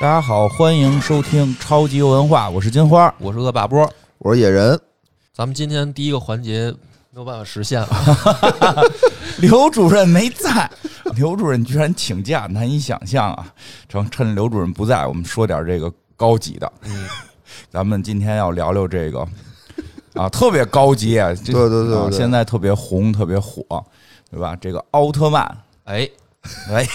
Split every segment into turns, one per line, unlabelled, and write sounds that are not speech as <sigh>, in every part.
大家好，欢迎收听超级文化，我是金花。
我是恶霸波。
我是野人，
咱们今天第一个环节没有办法实现了，
<laughs> 刘主任没在，刘主任居然请假，难以想象啊！趁趁刘主任不在，我们说点这个高级的。
嗯，
咱们今天要聊聊这个啊，特别高级啊，对
对对对对
现在特别红，特别火，对吧？这个奥特曼，
哎，
哎，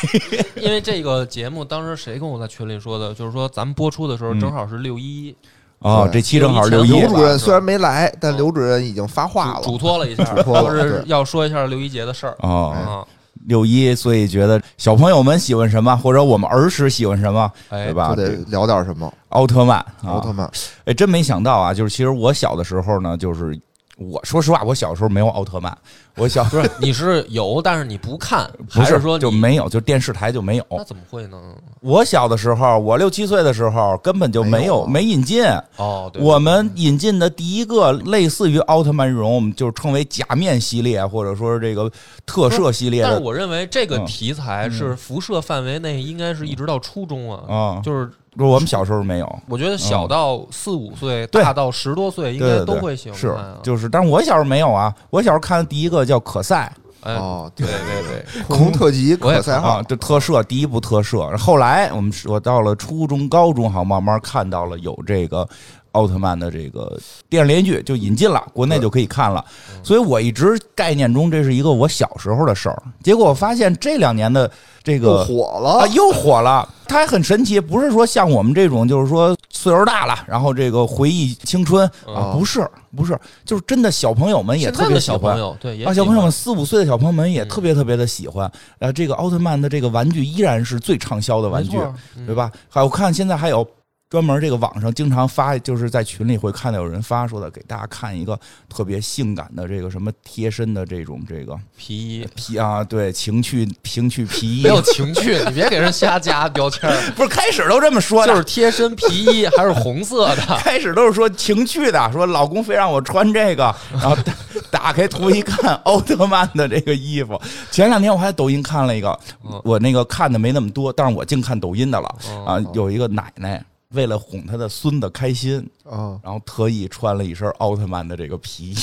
因为这个节目当时谁跟我在群里说的，就是说咱们播出的时候
嗯
正好是六一一，
哦，
对
这期正好是哦六
刘
一
一
啊刘
吧
主任
是
虽然没来，但
嗯
刘主任已经发话
嘱
了。
托了一下，
嘱托了
就是
对
要说一下六一节的事儿
哦，
啊，
六一，所以觉得小朋友们喜欢什么，或者我们儿时喜欢什么，
哎
对，吧？
就得
这
聊点什么？
奥特曼，
奥
啊
特曼，
哎，真没想到啊！就是其实我小的时候呢，就是我说实话，我小时候没有奥特曼，我小 <laughs>
不是你是有，但是你不看，
不
还
是
说你呃
就？没有，就电视台就没有。
那怎么会呢？
我小的时候，我六七岁的时候根本就没
没有
有
啊
没引进。
哦，对，
我们引进的第一个类似于奥特曼这种，我们就是称为假面系列，或者说是这个特摄系列
但是
的
我认为这个
嗯
题材是辐射范围内，应该是一直到初中啊，
啊，
就是
就我们小时候没有。
我觉得小到四五岁，
嗯对
大到十多岁，应
对
该
对对
都会喜欢
是
看啊，
就是，但是我小时候没有啊。我小时候看的第一个叫可赛，
哎，
<laughs>
哦，
对对对，
空空特级
我也
可赛
啊，
号，
就特摄第一部特摄，后来我们是我到了初中、高中，好像慢慢看到了有这个奥特曼的这个电视连续剧，就引进了，国内就可以看了。
嗯
所以我一直概念中这是一个我小时候的事儿，结果我发现这两年的这
又
个
火
啊，
了。
又火了。它还很神奇，不是说像我们这种，就是说岁数大了，然后这个回忆青春啊，
嗯
不是，不是，就是真的小朋友们也
现
特
在
别
哦的
喜
小
欢
朋。友对，也
啊，
喜
小朋
欢
友们四五岁的小朋友们也
嗯
特别特别的喜欢。呃，这个奥特曼的这个玩具依然是最畅销的玩具，，对
吧？
吧？还有我看现在还有专门这个网上经常发，就是在群里会看到有人发说的，给大家看一个特别性感的这个什么贴身的这种这个
皮衣
皮啊，对情趣情趣皮衣
没，有情趣，你别给人瞎加标签儿，
<laughs>
<laughs>
不是开始都这么说的，
就是贴身皮衣还是红色的，
<laughs> 开始都是说情趣的，说老公非让我穿这个，然后打打开图一看， <laughs> 奥特曼的这个衣服。前两天我还抖音看了一个
嗯，
我那个看的没那么多，但是我净看抖音的了
嗯
啊。有一个奶奶为了哄她的孙子开心，
啊，
然后特意穿了一身奥特曼的这个皮
<laughs>
衣。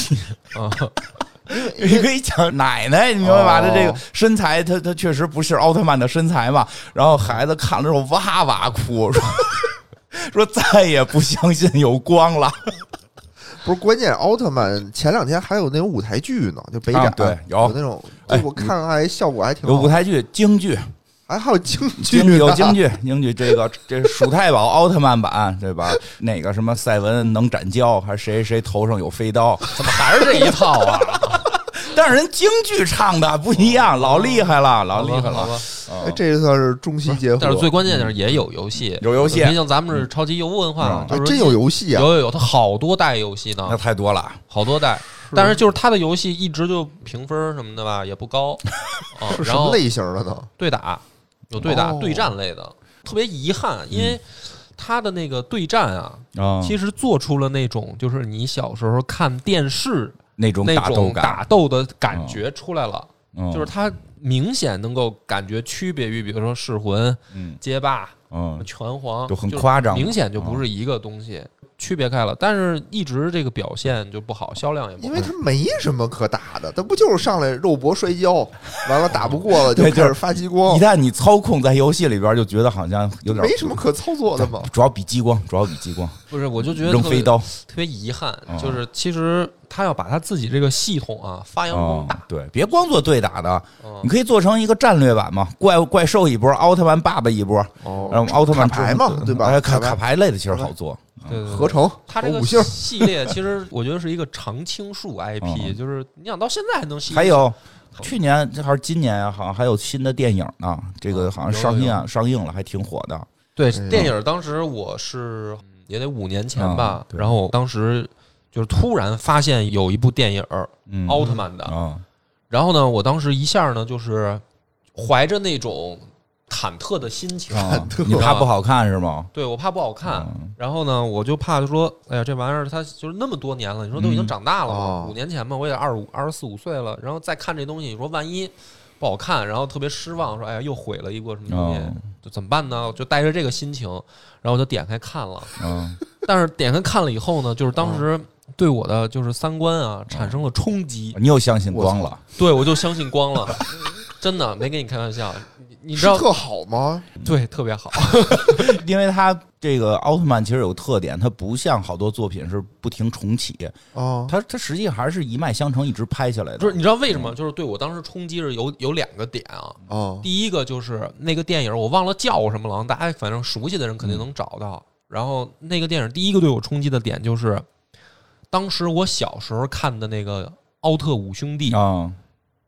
啊，
<laughs> 你可以讲奶奶，你明白吧？
哦
她这个身材，她她确实不是奥特曼的身材嘛。然后孩子看了之后哇哇哭，说 <laughs> 说再也不相信有光了。
不是关键，奥特曼前两天还有那种舞台剧呢，就北
啊
展
对有
那种，
哎
就我看了还效果还挺
有舞
好，
台剧、京剧、
还还有京剧
京
呢，
有京剧、京剧这个这是鼠太保奥特曼版对吧？哪个什么赛文能斩蛟，还是谁谁头上有飞刀？
怎么还是这一
<laughs>
套啊？
但是人京剧唱的不一样，老厉害了，老
好
厉
吧
害
好
了哦
吧。
哎这算是中西结合。哎
但是最关键的是也有游戏，
嗯有游戏啊
毕竟咱们是超级游文
嗯
化，就是
啊
说
真有游戏
有
啊！
有有，它好多代游戏
那
呢，
太多了，
好多代。但是就是它的游戏一直就评分什么的吧，也
<laughs>
不高啊。
是什
然
么
后
类型的
哦
呢？
对打，有对打、
哦
对战类的，特别遗憾，
嗯
因为它的那个对战啊，
啊
其实做出了那种就是你小时候看电视
那种
那
打斗
种
感，
打斗的感觉出来了，
嗯
就是它明显能够感觉区别于，比如说《噬魂》
嗯
《街霸》《
嗯，
拳皇》，
就很夸张
明显就不是一个东西，区别开了。但是一直这个表现就不好，销量也不
因
好
为。他没什么可打的，他不就是上来肉搏摔跤，完了打不过了就
<laughs> 对
开
就是
始发激光
一，旦你操控在游戏里边，就觉得好像有点
没哦什么可操作的嘛。
主要比激光，主要比激光，
不是，我就觉得
扔
特别
飞刀，
特别遗憾
嗯，
就是其实他要把他自己这个系统啊发扬光
哦
大。
对，别光做对打的，
嗯
你可以做成一个战略版嘛，怪怪兽一波，奥特曼爸爸一波，然
哦，
后奥特曼
卡牌嘛对吧
哎卡
卡牌
卡牌类的其实好做，
对对对
合成
啊它这
有
个
五星
系列其实我觉得是一个常青
<laughs>
树 IP，
嗯
就是你想到现在还能吸引
还有。去年还是今年啊，好像还有新的电影呢，这个好像上映
有
啊上映了，还挺火的。
对
嗯
电影，当时我是嗯也得五年前吧
啊，对
然后我当时就是突然发现有一部电影儿
嗯，
奥特曼的，
啊，
然后呢，我当时一下呢就是怀着那种忐忑的心情， <laughs>
啊
特
你怕不好看是吗？
对我怕不好看，
嗯
然后呢，我就怕说，哎呀，这玩意儿它就是那么多年了，你说都已经长大了嘛，
嗯哦
五年前嘛，我也二五二十四五岁了，然后再看这东西，你说万一不不好看，然后特别失望，说哎呀又毁了一个什么东西，
哦
嗯
就怎么办呢？就带着这个心情，然后我就点开看了。
嗯
但是点开看了以后呢，就是当
哦
时对我的就是三观啊产生了冲击，
你又相信光了，
<laughs> 对我就相信光了， <laughs> 真的没跟你开玩笑。你你知
是
道，
特好吗？
对，特别好，
因为他这个奥特曼其实有个特点，它不像好多作品是不停重启，
啊，
它它实际还是一脉相承，一直拍下来
就是
的。
你知道为什
嗯
么？就是对我当时冲击是有有两个点啊。
啊，
第一个就是那个电影，我忘了叫什么了，大家反正熟悉的人肯定能找到。然后那个电影第一个对我冲击的点就是，当时我小时候看的那个《奥特五兄
啊
弟》，
嗯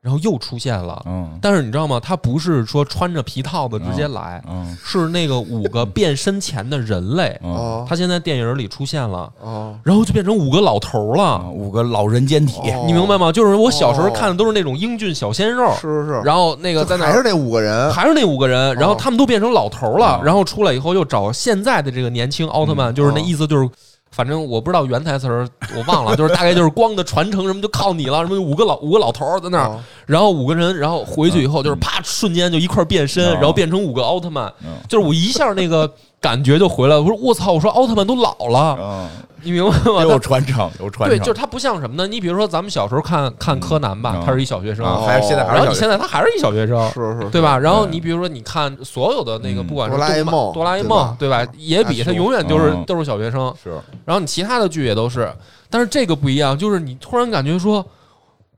然后又出现了。
嗯
但是你知道吗？他不是说穿着皮套子直接来，
啊
嗯
是那个五个变身前的人类，
嗯
啊，
他现在电影里出现了，
啊，
然后就变成五个老头儿
啊，
了。
五个老人间体，
哦
你明白吗？就是我小时候看的都是那种英俊小鲜肉，
是是是，
然后那个
就
在那
还
儿
是那五个人，
还是那五个人，然后
哦
他们都变成老头儿了
呃哦，嗯
然后出来以后又找现在的这个年轻奥特曼，就是那意思就是。反正我不知道原台词儿，我忘
<laughs>
了，就是大概就是光的传承什么就靠你了，什么五个老五个老头儿在
哦
那儿，
啊
然后五个人，然后回去以后就是啪，瞬间就一块儿变身，
嗯哦
然后变成五个奥特曼
嗯，
就是我一下那个感觉就回来了。我说我操，我说奥特曼都老了，
嗯，
你明白
<laughs>
吗？
有传承，有
他
传
对，
承，
就是他不像什么呢？你比如说咱们小时候看看柯南吧
嗯，
他是一小学生，
啊，
哦
还是现在还
然
是
后
小
你现在他还是一小学生，
是是，
对吧？然后
对
你比如说，你看所有的那个，
嗯
不管是
哆啦 A
动漫
梦
哆啦 A
对
梦
吧，啊
对吧？也比他
大叔
永远就是
嗯
都是小学生。
是
然后你其他的剧也都是，但是这个不一样，就是你突然感觉说，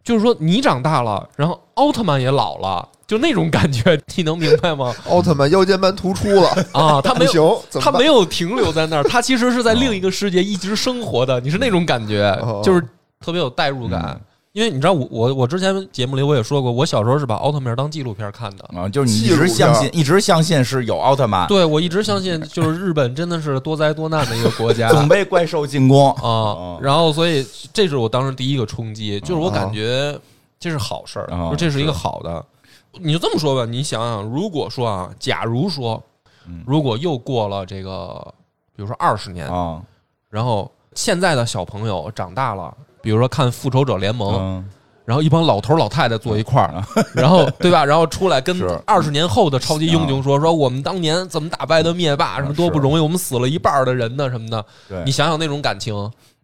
就是说你长大了，然后奥特曼也老了，就那种感觉，你能明白吗？
奥特曼腰间盘突出了，
啊，他没
不 <laughs>
有。
行，哎怎
他
么办
没有停留在那儿，他其实是在另一个世界一直生活的，你是那种感觉
哦，
就是特别有代入感
嗯。
因为你知道我我我之前节目里我也说过，我小时候是把奥特曼当纪录片看的，
啊，就是你一
纪录
直
片
相信，一直相信是有奥特曼，
<laughs> 对，我一直相信，就是日本真的是多灾多难的一个国家
<laughs> 总被哦怪兽进攻，
啊。然后，所以这是我当时第一个冲
哦
击，就是我感觉这是好事儿，
啊
就这是一个好的。你就这么说吧，你想想，如果说啊，假如说
嗯，
如果又过了这个，比如说二十年，
啊，
然后现在的小朋友长大了，比如说看《复仇者联盟》，
嗯，
然后一帮老头老太太坐一块儿，
<laughs>
然后对吧？然后出来跟
是
二十年后的超级英雄
嗯
说说我们当年怎么打败的灭
啊
霸，什么多不容易，我们死了一半儿的人呢什么的。
对
你，想想那种感情，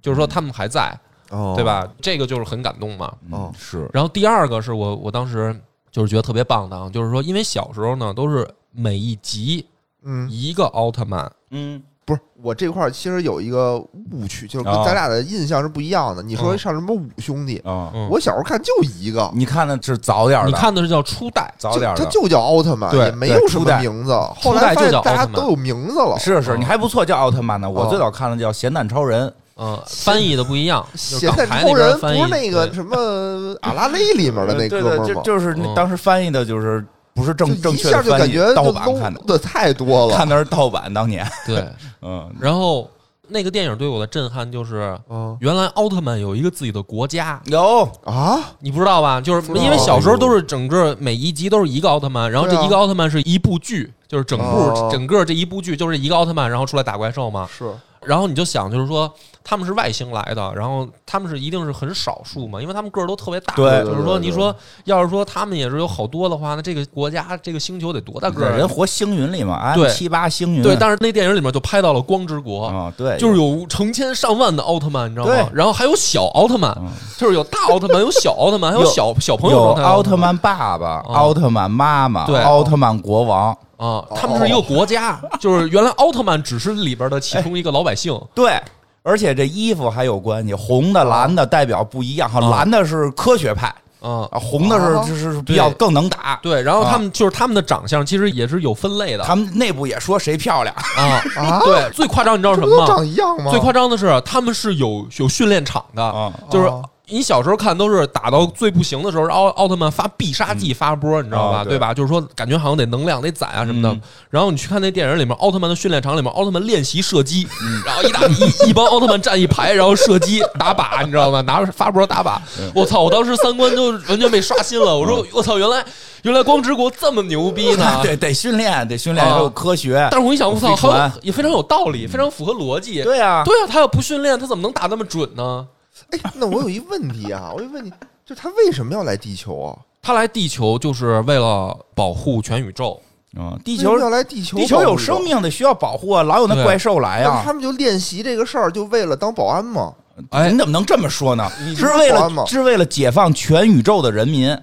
就是说他们还在，
哦
对？吧？这个就是很感动嘛。
嗯，是，
然后第二个是我我当时就是觉得特别棒的，啊，就是说因为小时候呢都是每一集
嗯，
一个奥特曼，
嗯，
不是，我这块儿其实有一个误区，就是跟
啊
咱俩的印象是不一样的。你
哦
说
嗯
像什么五兄弟，
啊，
嗯
我小时候看就一个，
你看的是早点儿的，
你看的是叫初代，
早点儿
就
的
他。就叫奥特曼，
对
也没有什
对初代
么名字。
初
后来发
代就
现
叫奥特
大
曼
家都有名字了，
是是，
嗯
你还不错，叫奥特曼呢。我
哦
最早看的叫咸蛋超人，
嗯，翻译的不一
<laughs>
样，就是
咸
港
蛋
台那
超
边
人不
翻译
是那个
对
什么阿拉蕾里面的
对
那哥
对，
们儿
就
吗？
就是那
嗯
当时翻译的就是不是正
就
正
一
确的
下就
翻
感
译
觉，
盗
就
版看的
low 的太多了。
看的是盗版，当年，
对。
嗯
然后那个电影对我的震撼就是，
嗯
原来奥特曼有一个自己的国家，
有
啊，
你不知道吧？就是
知道
因为小时候都是整个每一集都是一个奥特曼，然后这
对啊
一个奥特曼是一部剧，就是整部
哦
整个这一部剧就是一个奥特曼，然后出来打怪兽嘛。
是
然后你就想，就是说他们是外星来的，然后他们是一定是很少数嘛，因为他们个儿都特别大。
对
就是说
对对对
你说要是说他们也是有好多的话，那这个国家这个星球得多大个儿啊？
人活星云里嘛，M
对
七八星云，
对，但是那电影里面就拍到了光之国，
啊对，
就是有成千上万的奥特曼，你知道吗
对？
然后还有小奥特曼
嗯，
就是有大奥特曼，有小奥特曼，还有
有
小小朋友
有嗯
状态的
奥特曼爸爸、
哦
奥特曼妈妈、
对
奥特曼国王，
啊，
哦
他们是一个国家， <laughs> 就是原来奥特曼只是里边的其中一个老百姓，
对。而且这衣服还有关系，红的、蓝的代表不一样哈，
哦
蓝的是科学派
啊，
啊，红的是
哦
就是比较
对
更能打。
对，然后他们就是他们的长相其实也是有分类的
他们内部也说谁漂亮，
啊，
啊，
对，最夸张你知道
这
什
不
么
都
吗？
长一样吗？
最夸张的是他们是有有训练场的
啊，
就是
哦。
你小时候看都是打到最不行的时候，奥奥特曼发必杀技发波，你知道吧？
啊对
对吧？就是说感觉好像得能量得攒啊什么的。
嗯！
然后你去看那电影里面，奥特曼的训练场里面，奥特曼练习射击， <laughs> 然后一打一一帮奥特曼站一排，然后射击打靶，你知道吗？拿着发波打靶，我操！我当时三观就完全被刷新了。我说我操，原来原来光之国这么牛逼呢
嗯 <laughs> 对，得训练，得训练，
啊
还有科学。
但是我一想，我操，
飞船
好也非常有道理，非常符合逻辑。
啊对啊，
对啊，他要不训练，他怎么能打那么准呢？
哎，那我有一问题啊，我有一问题，就他为什么要来地球啊？
他来地球就是为了保护全宇宙，
嗯，地球
要来地球，
地球有生，命的需要保护啊，老有那
对
怪兽来
那
啊
他。们就练习这个事儿，就为了当保安嘛。
哎
你，怎么能这么说呢
你？
是为
保安
了
嘛
是为了解放全宇宙的人民。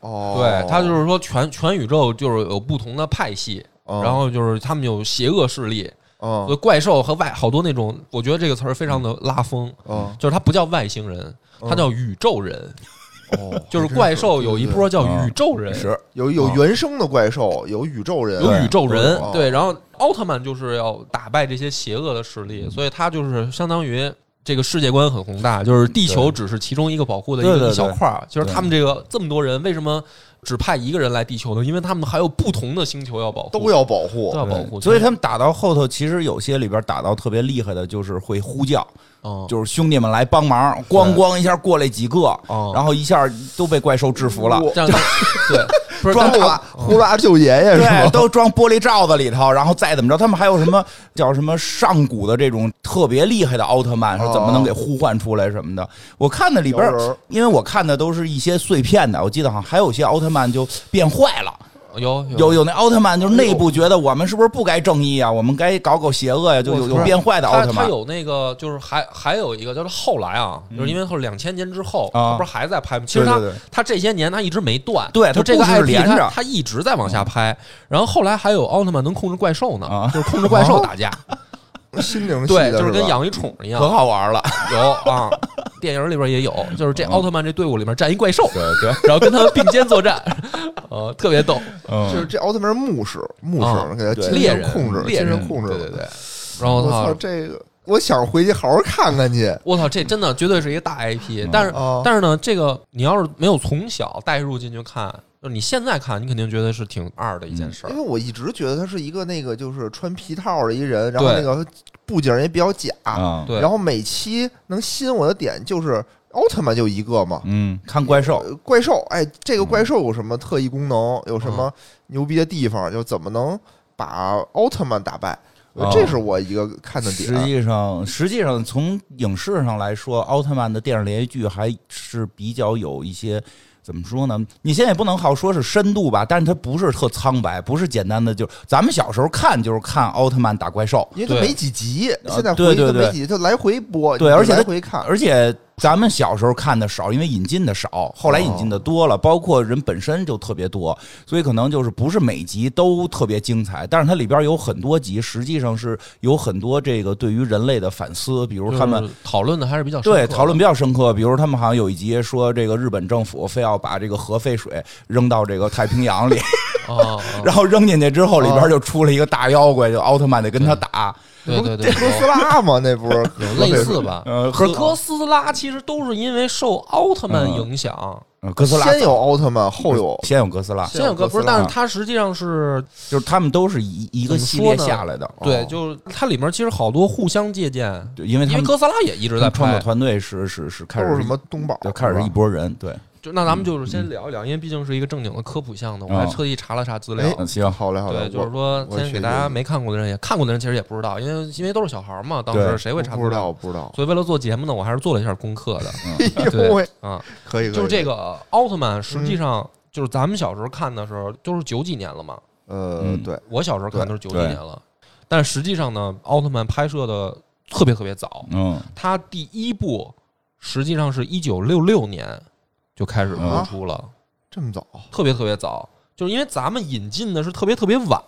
哦，
对他就是说全全宇宙就是有不同的派系，
嗯
然后就是他们有邪恶势力，所以
嗯
怪兽和外好多那种，我觉得这个词儿非常的拉风，
嗯
就是它不叫外星人，它叫宇宙人，
哦，
就是怪兽有一波叫
啊
宇宙人，
是
有有原生的怪兽，有宇宙人，
有宇宙人对，
对，
然后奥特曼就是要打败这些邪恶的势
嗯
力，所以他就是相当于。这个世界观很宏大，就是地球只是其中一个保护的一
对对
个
对
一小块儿。就是
对
他们这个这么多人，为什么只派一个人来地球呢？因为他们还有不同的星球要保护，
都要保护
都。要保护。
呃所以他们打到后头，其实有些里边打到特别厉害的，就是会呼叫，
嗯
就是兄弟们来帮忙，咣咣一下过来几个，
哦
然后一下都被怪兽制服了。
这样
<laughs>
他对，不是
装
但
呼啦呼啦救爷爷是
对，
吗？
哎都装玻璃罩子里头，然后再怎么着，他们还有什么叫什么上古的这种特别厉害的奥特曼，说怎么能给呼唤出来什么的。我看的里边
摇人儿，
因为我看的都是一些碎片的，我记得好像还有些奥特曼就变坏了。
有
有有那奥特曼，就是内部觉得我们是不是不该正义啊？我们该搞搞邪恶呀、就有有变坏的奥
他
特
他
曼。
有那个，就是还还有一个，就是后来啊，就是因为后两千年之后，
啊
他不是还在拍吗？其实他
对对
他这些年他一直没断，
对
就
他
这个
故事是
IP
连着
他他一直在往下拍。然后后来还有奥特曼能控制怪兽呢
啊，
就是控制怪兽打架，
心灵系
对，
的
就是跟
吧
养一宠一样
可，好玩了，
有啊。 <laughs> 电影里边也有，就是这奥特曼这队伍里面站一怪兽，
对对，
然后跟他们并肩作战， <laughs> 呃，特别逗。
就是
嗯，
这奥特曼是牧师，牧
啊
师给他精
猎
神
人
控制，
猎
精
人
神控制，
对对对。。然后
我
他
操，这个我想回去好好看看去。
我操，这真的绝对是一个大
嗯
IP，但是、
哦
但是呢，这个你要是没有从小带入进去看，就是你现在看，你肯定觉得是挺二的一
嗯
件事儿
因。为我一直觉得他是一个那个就是穿皮套的一人，然后
对
那个布景也比较假，
啊，
对，
然后每期能吸引我的点就是奥特曼就一个嘛，
嗯，看怪兽，
呃怪兽，哎，这个
嗯
怪兽有什么特异功能，有什么牛逼的地方，就怎么能把奥特曼打败，呃
哦
这是我一个看的
实
点。
际上，实际上从影视上来说，奥特曼的电视连续剧还是比较有一些。怎么说呢？你现在也不能好说是深度吧，但是它不是特苍白，不是简单的就咱们小时候看就是看奥特曼打怪兽，
因为它
对
没几集，现在
啊对
回
对
它
对
没几集，它来回播，
对
你就
而且它
来
<laughs>
回看，
而且咱们小时候看的少，因为引进的少，后来引进
嗯
的嗯多了，包括人本身就特别多，所以可能就是不是每集都特别精彩，但是它里边有很多集，实际上是有很多这个对于人类的反思，比如
就是
他们。
讨论的还是比较深刻
对，
的
讨论比较深刻。比如他们好像有一集说，这个日本政府非要把这个核废水扔到这个太平洋里， <laughs>
啊，啊
然后扔进去之后，里
嗯
边就出了一个大妖怪，就奥特曼得跟他打。
对对对，
哥斯拉嘛，
<laughs>
那不是
有有类似吧？
呃，
和
哥
哥斯拉其实都是因为受奥特曼影响，
呃哥斯拉
先有奥特曼，后有
先有哥斯拉，啊
先有哥不是，
哥斯拉
但是它实际上是
就是他们都是一一个系列下来的。
对，
哦
就是它里面其实好多互相借鉴，
对因为
因
他
为
们
哥斯拉也一直
他
在
们创作
拍。
团队是是是开
都
始
是
是
什么东宝，
就开始是
是吧
一拨人，对，
就那咱们就是先聊一聊，因为毕竟是一个正经的科普项的，我还
嗯
特意查了查资料。
嗯行，
好嘞好嘞，
对，就是
我
说，
我
先给
学
大家
习
没看过的人也看过的人，其实也不知道，因为因为都是小孩儿嘛，当时
对
谁会查
不
资
知道
料？
我不知道，
所以为了做节目呢，我还是做了一下功
<laughs>
课的。
哎
对 <laughs>
呦喂，
啊，
可以，可以
就是这，个奥特曼，实
嗯
际上就是咱们小时候看的时候，都是九几年了嘛。
呃
嗯，
对，
我小时候看都是九几
对
年了，但实际上呢，奥特曼拍摄的特别特别早，
嗯，
它第一部实际上是一九六六年就开始播
啊
出了，
这么早，
特别特别早。就是因为咱们引进的是特别特别晚，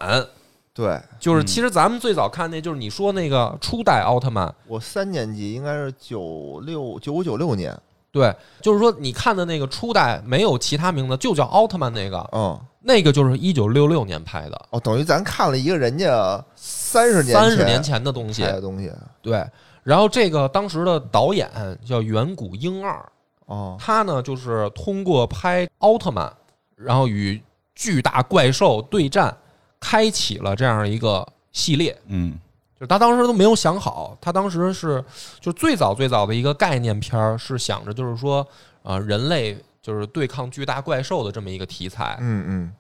对
就是
嗯
其实咱们最早看那，就是你说那个初代奥特曼，
我三年级应该是九六九五九六年，
对，就是说你看的那个初代没有其他名字，就叫奥特曼那个，
嗯，
那个就是一九六六年拍的，
哦，等于咱看了一个人家三十年
三十年
前
前的东西
拍。的东西，
对，然后这个当时的导演叫远古英二，
哦，
他呢就是通过拍奥特曼，然后与巨大怪兽对战，开启了这样一个系列。
嗯
就是他当时都没有想好，他当时是就最早最早的一个概念片儿，是想着就是说，呃，人类就是对抗巨大怪兽的这么一个题材。
嗯嗯，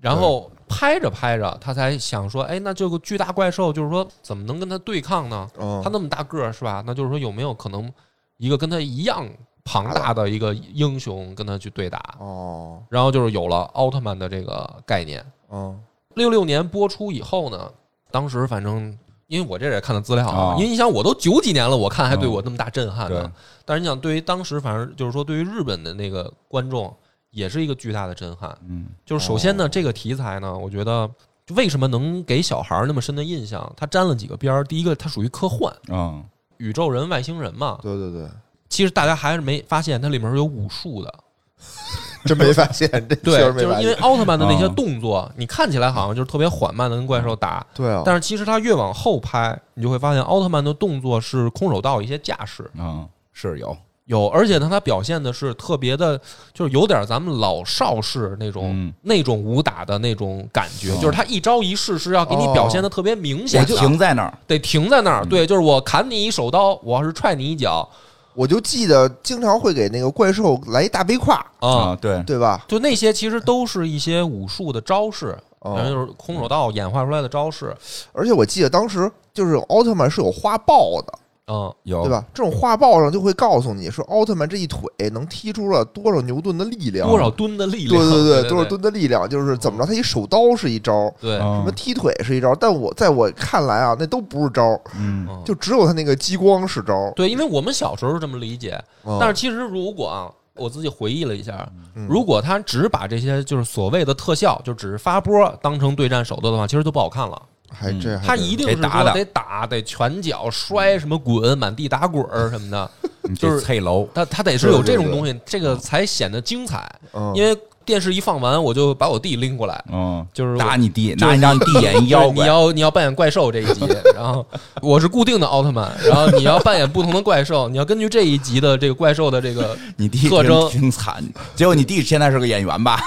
然后拍着拍着，他才想说，哎，那这个巨大怪兽就是说怎么能跟他对抗呢？
哦，
他那么大个儿是吧？那就是说有没有可能一个跟他一样庞大的一个英雄跟他去对打，
哦，
然后就是有了奥特曼的这个概念。
嗯
六六年播出以后呢，当时反正因为我这也看的资料啊
啊，
因为你想我都九几年了，我看还对我那么大震撼呢
对。
但是你想，对于当时反正就是说，对于日本的那个观众也是一个巨大的震撼。
嗯
就是首先呢，
哦
这个题材呢，我觉得为什么能给小孩儿那么深的印象？它沾了几个边儿。第一个，它属于科幻，
嗯
宇宙人、外星人嘛。
对对对，
其实大家还是没发现它里面是有武术的，
<laughs> 真没发
<laughs>
现，这
对
确实，没
就
发
是因为
现。
奥特曼的那些
啊
动作，你看起来好像就是特别缓慢的跟怪兽打，
对啊，
但是其实它越往后拍，你就会发现奥特曼的动作是空手道一些架势
嗯，是有
有，而且呢，它表现的是特别的，就是有点咱们老少式那种、
嗯
那种武打的那种感觉，
哦
就是它一招一式是要给你表现的特别明显
我
的，
停在那儿，
得停在那儿。对，就是我砍你一手刀，我要是踹你一脚
我就记得经常会给那个怪兽来一大背胯，
啊。
啊，对，
对吧？
就那些其实都是一些武术的招式，
哦
然后就是空手道演化出来的招式，
而且我记得当时就是奥特曼是有画报的，
嗯，
有
对？吧？这种画报上就会告诉你说，奥特曼这一腿能踢出了多少牛顿的力量，
多少吨的力
对
量，
对
对
多少吨的力量，就是怎么着，他一手刀是一招，
对，
嗯
什么踢腿是一招，但我在我看来啊，那都不是招，
嗯
嗯
就只有他那个激光是招。
对，因为我们小时候是这么理解，
嗯
但是其实如果啊，我自己回忆了一下，
嗯
如果他只把这些就是所谓的特效，就只是发波当成对战手段的话，其实就不好看了。
嗯还这
嗯
还
他
真
一定
得
是
打
说
打
得打，得拳脚摔，什么滚，满地打滚儿什么的，
你
就是
嗯这脆楼，
他他得是
对
有这
对
种
对
东西，这个才显得精彩。
嗯
因为电视一放完，我就把我弟拎过来，
嗯，
就是我
打你弟，
就
拿
是
你让你弟
<laughs>
演一妖
对你
怪，
要你要扮演怪兽这一集，然后我是固定的奥特曼，然后你要扮演不同的怪兽，你要根据这一集的这个怪兽的这个
你弟
特征
挺挺惨，结果你弟现在是个演员
<laughs>
吧？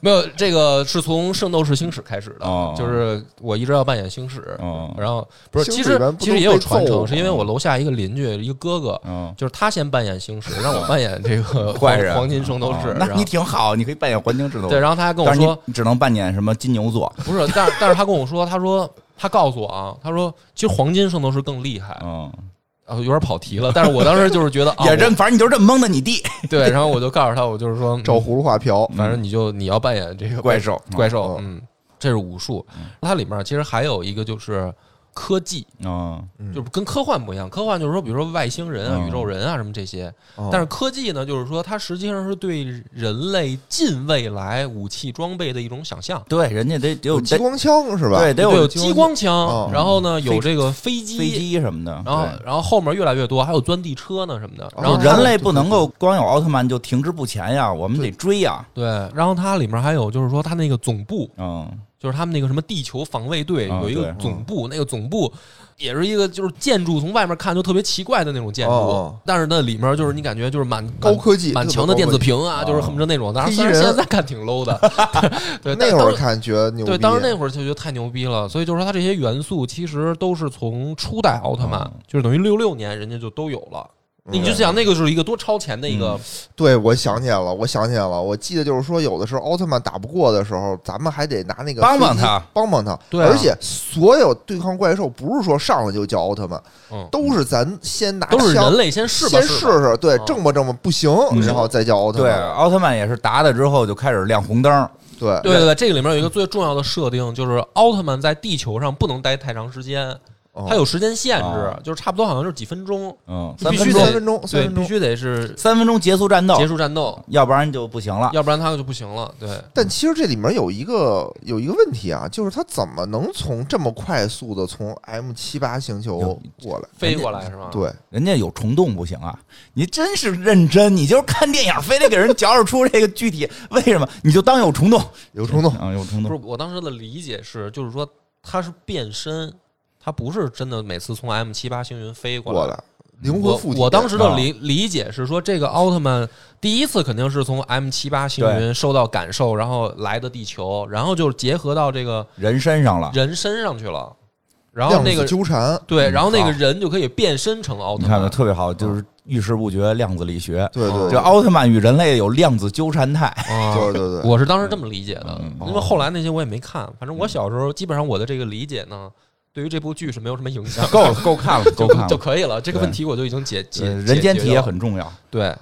没有这个是从《圣斗士星矢》开始的，
哦
就是我一直要扮演星矢，
哦
然后不是其
星矢一
实
般不
其实
都
也有
被
传
揍
承，
吗
是因为我楼下一个邻居一个哥哥，
嗯，
就是他先扮演星矢，让我扮演这个
<laughs> 坏人，
黄黄金圣斗士
哦，那
然
你
后
挺好，你可以扮演黄金圣斗
对，
士，
然后他还跟我
但是
说哎
你只能扮演什么金牛座，
不是，但是但是他跟我说，他说他告诉我啊，他说其实黄金圣斗士更厉害，
嗯，
啊，有点跑题了，但是我当时就
<laughs>
是觉得啊，
也
我
这么，反正你就这么蒙的你弟，
对，然后我就告诉他，我就是
<laughs>
说，嗯
照葫芦画瓢，
反正你就你要扮演这个
怪兽
怪兽
哦，
嗯，这是武术，它里面其实还有一个就是科技，
嗯，
嗯
就是跟科幻不一样，科幻就是说，比如说外星人啊、
嗯
宇宙人啊什么这些，
嗯
但是科技呢，就是说它实际上是对人类近未来武器装备的一种想象。
对，人家得得有
有激
得
光枪是吧？
对得
对，有
激
激光枪
哦，
然后呢有
飞
这个飞
飞机什么的，
然后
对
然后后面越来越多，还有钻地车呢什么的。
哦
然后
就
它
人类不能够光有奥特曼就停滞不前呀，我们得追呀。
对，然后它里面还有就是说它那个总部，
嗯，
就是他们那个什么地球防卫队
啊
有一个
嗯
对
总部，那个总部也是一个就是建筑从外面看就特别奇怪的那种建筑，
哦哦
但是那里面就是你感觉就是满
高
满
科技，
满
特别
墙的
高
电
科
子
技。
屏啊，
哦
就是恨不得那种。当然，
黑衣
虽然
人
现在看挺 low
<laughs>
的，对，但
那会
当
儿
时
看觉得牛逼，
对，当时那会儿就觉得太牛逼了，所以就是说它这些元素其实都是从初代奥特曼，
哦
就是等于六六年人家就都有了。
嗯
你就想那个就是一个多超前的一个，
对，我想起来了，我想起来了，我记得就是说，有的时候奥特曼打不过的时候，咱们还得拿那个
帮帮
飞机
他，
帮帮他。
对啊
而且所有对抗怪兽不是说上来就叫奥特曼，
嗯，
都是咱先拿
都是
枪
人类先试吧
先
试吧，嗯
试，对，
啊
挣吧挣吧不行，然后再叫奥特
对，
曼。
奥特曼也是打打之后就开始亮红灯，
对
对对对，这个里面有一个最重要的设定，就是奥特曼在地球上不能待太长时间，
哦
它有时间限制
哦，
就是差不多好像就是几分钟，
嗯，
必
三
须
分钟
得
三分钟，三
对，
分
必
钟。哦
须得是
三分钟结束战斗
结，束战斗，
要不然就不行了。
要不然它就不行了。对，
但其实这里面有一个有一个问题啊，就是他怎么能从这么快速的从 M 七八星球过来？
飞过来是吗？
对，
人家有虫洞不行啊！你真是认真，你就是看电影，非得给人嚼着出这个具体为什么？你就当有虫洞，
有冲动。
啊，有虫
不是
洞，
我当时的理解是，就是说它是变身，它不是真的每次从 M 七八星云飞过
过
来。
来，灵魂附体。
我我当时的
啊
理理解是说，这个奥特曼第一次肯定是从 M 七八星云
对
受到感受，然后来的地球，然后就是结合到这个
人身上了。
人身上去了，然后
啊量
那
子嗯
个
纠缠，
对，然后那个
好
人就可以变身成奥
你
特
看的
曼。
特别好，就是遇事不决，量子力学。
对对，
这
对
奥特曼与人类有量子纠缠态。
啊
对对对，
我是当时这么理解的
嗯，
因为后来那些我也没看，反正我小时候基本上我的这个理解呢，对于这部剧是没有什么影响，
够了，够看了，够
就
看 <laughs>
就
了。
可以了。这个问题我就已经解解
呃人间体也
也
很重要，
对，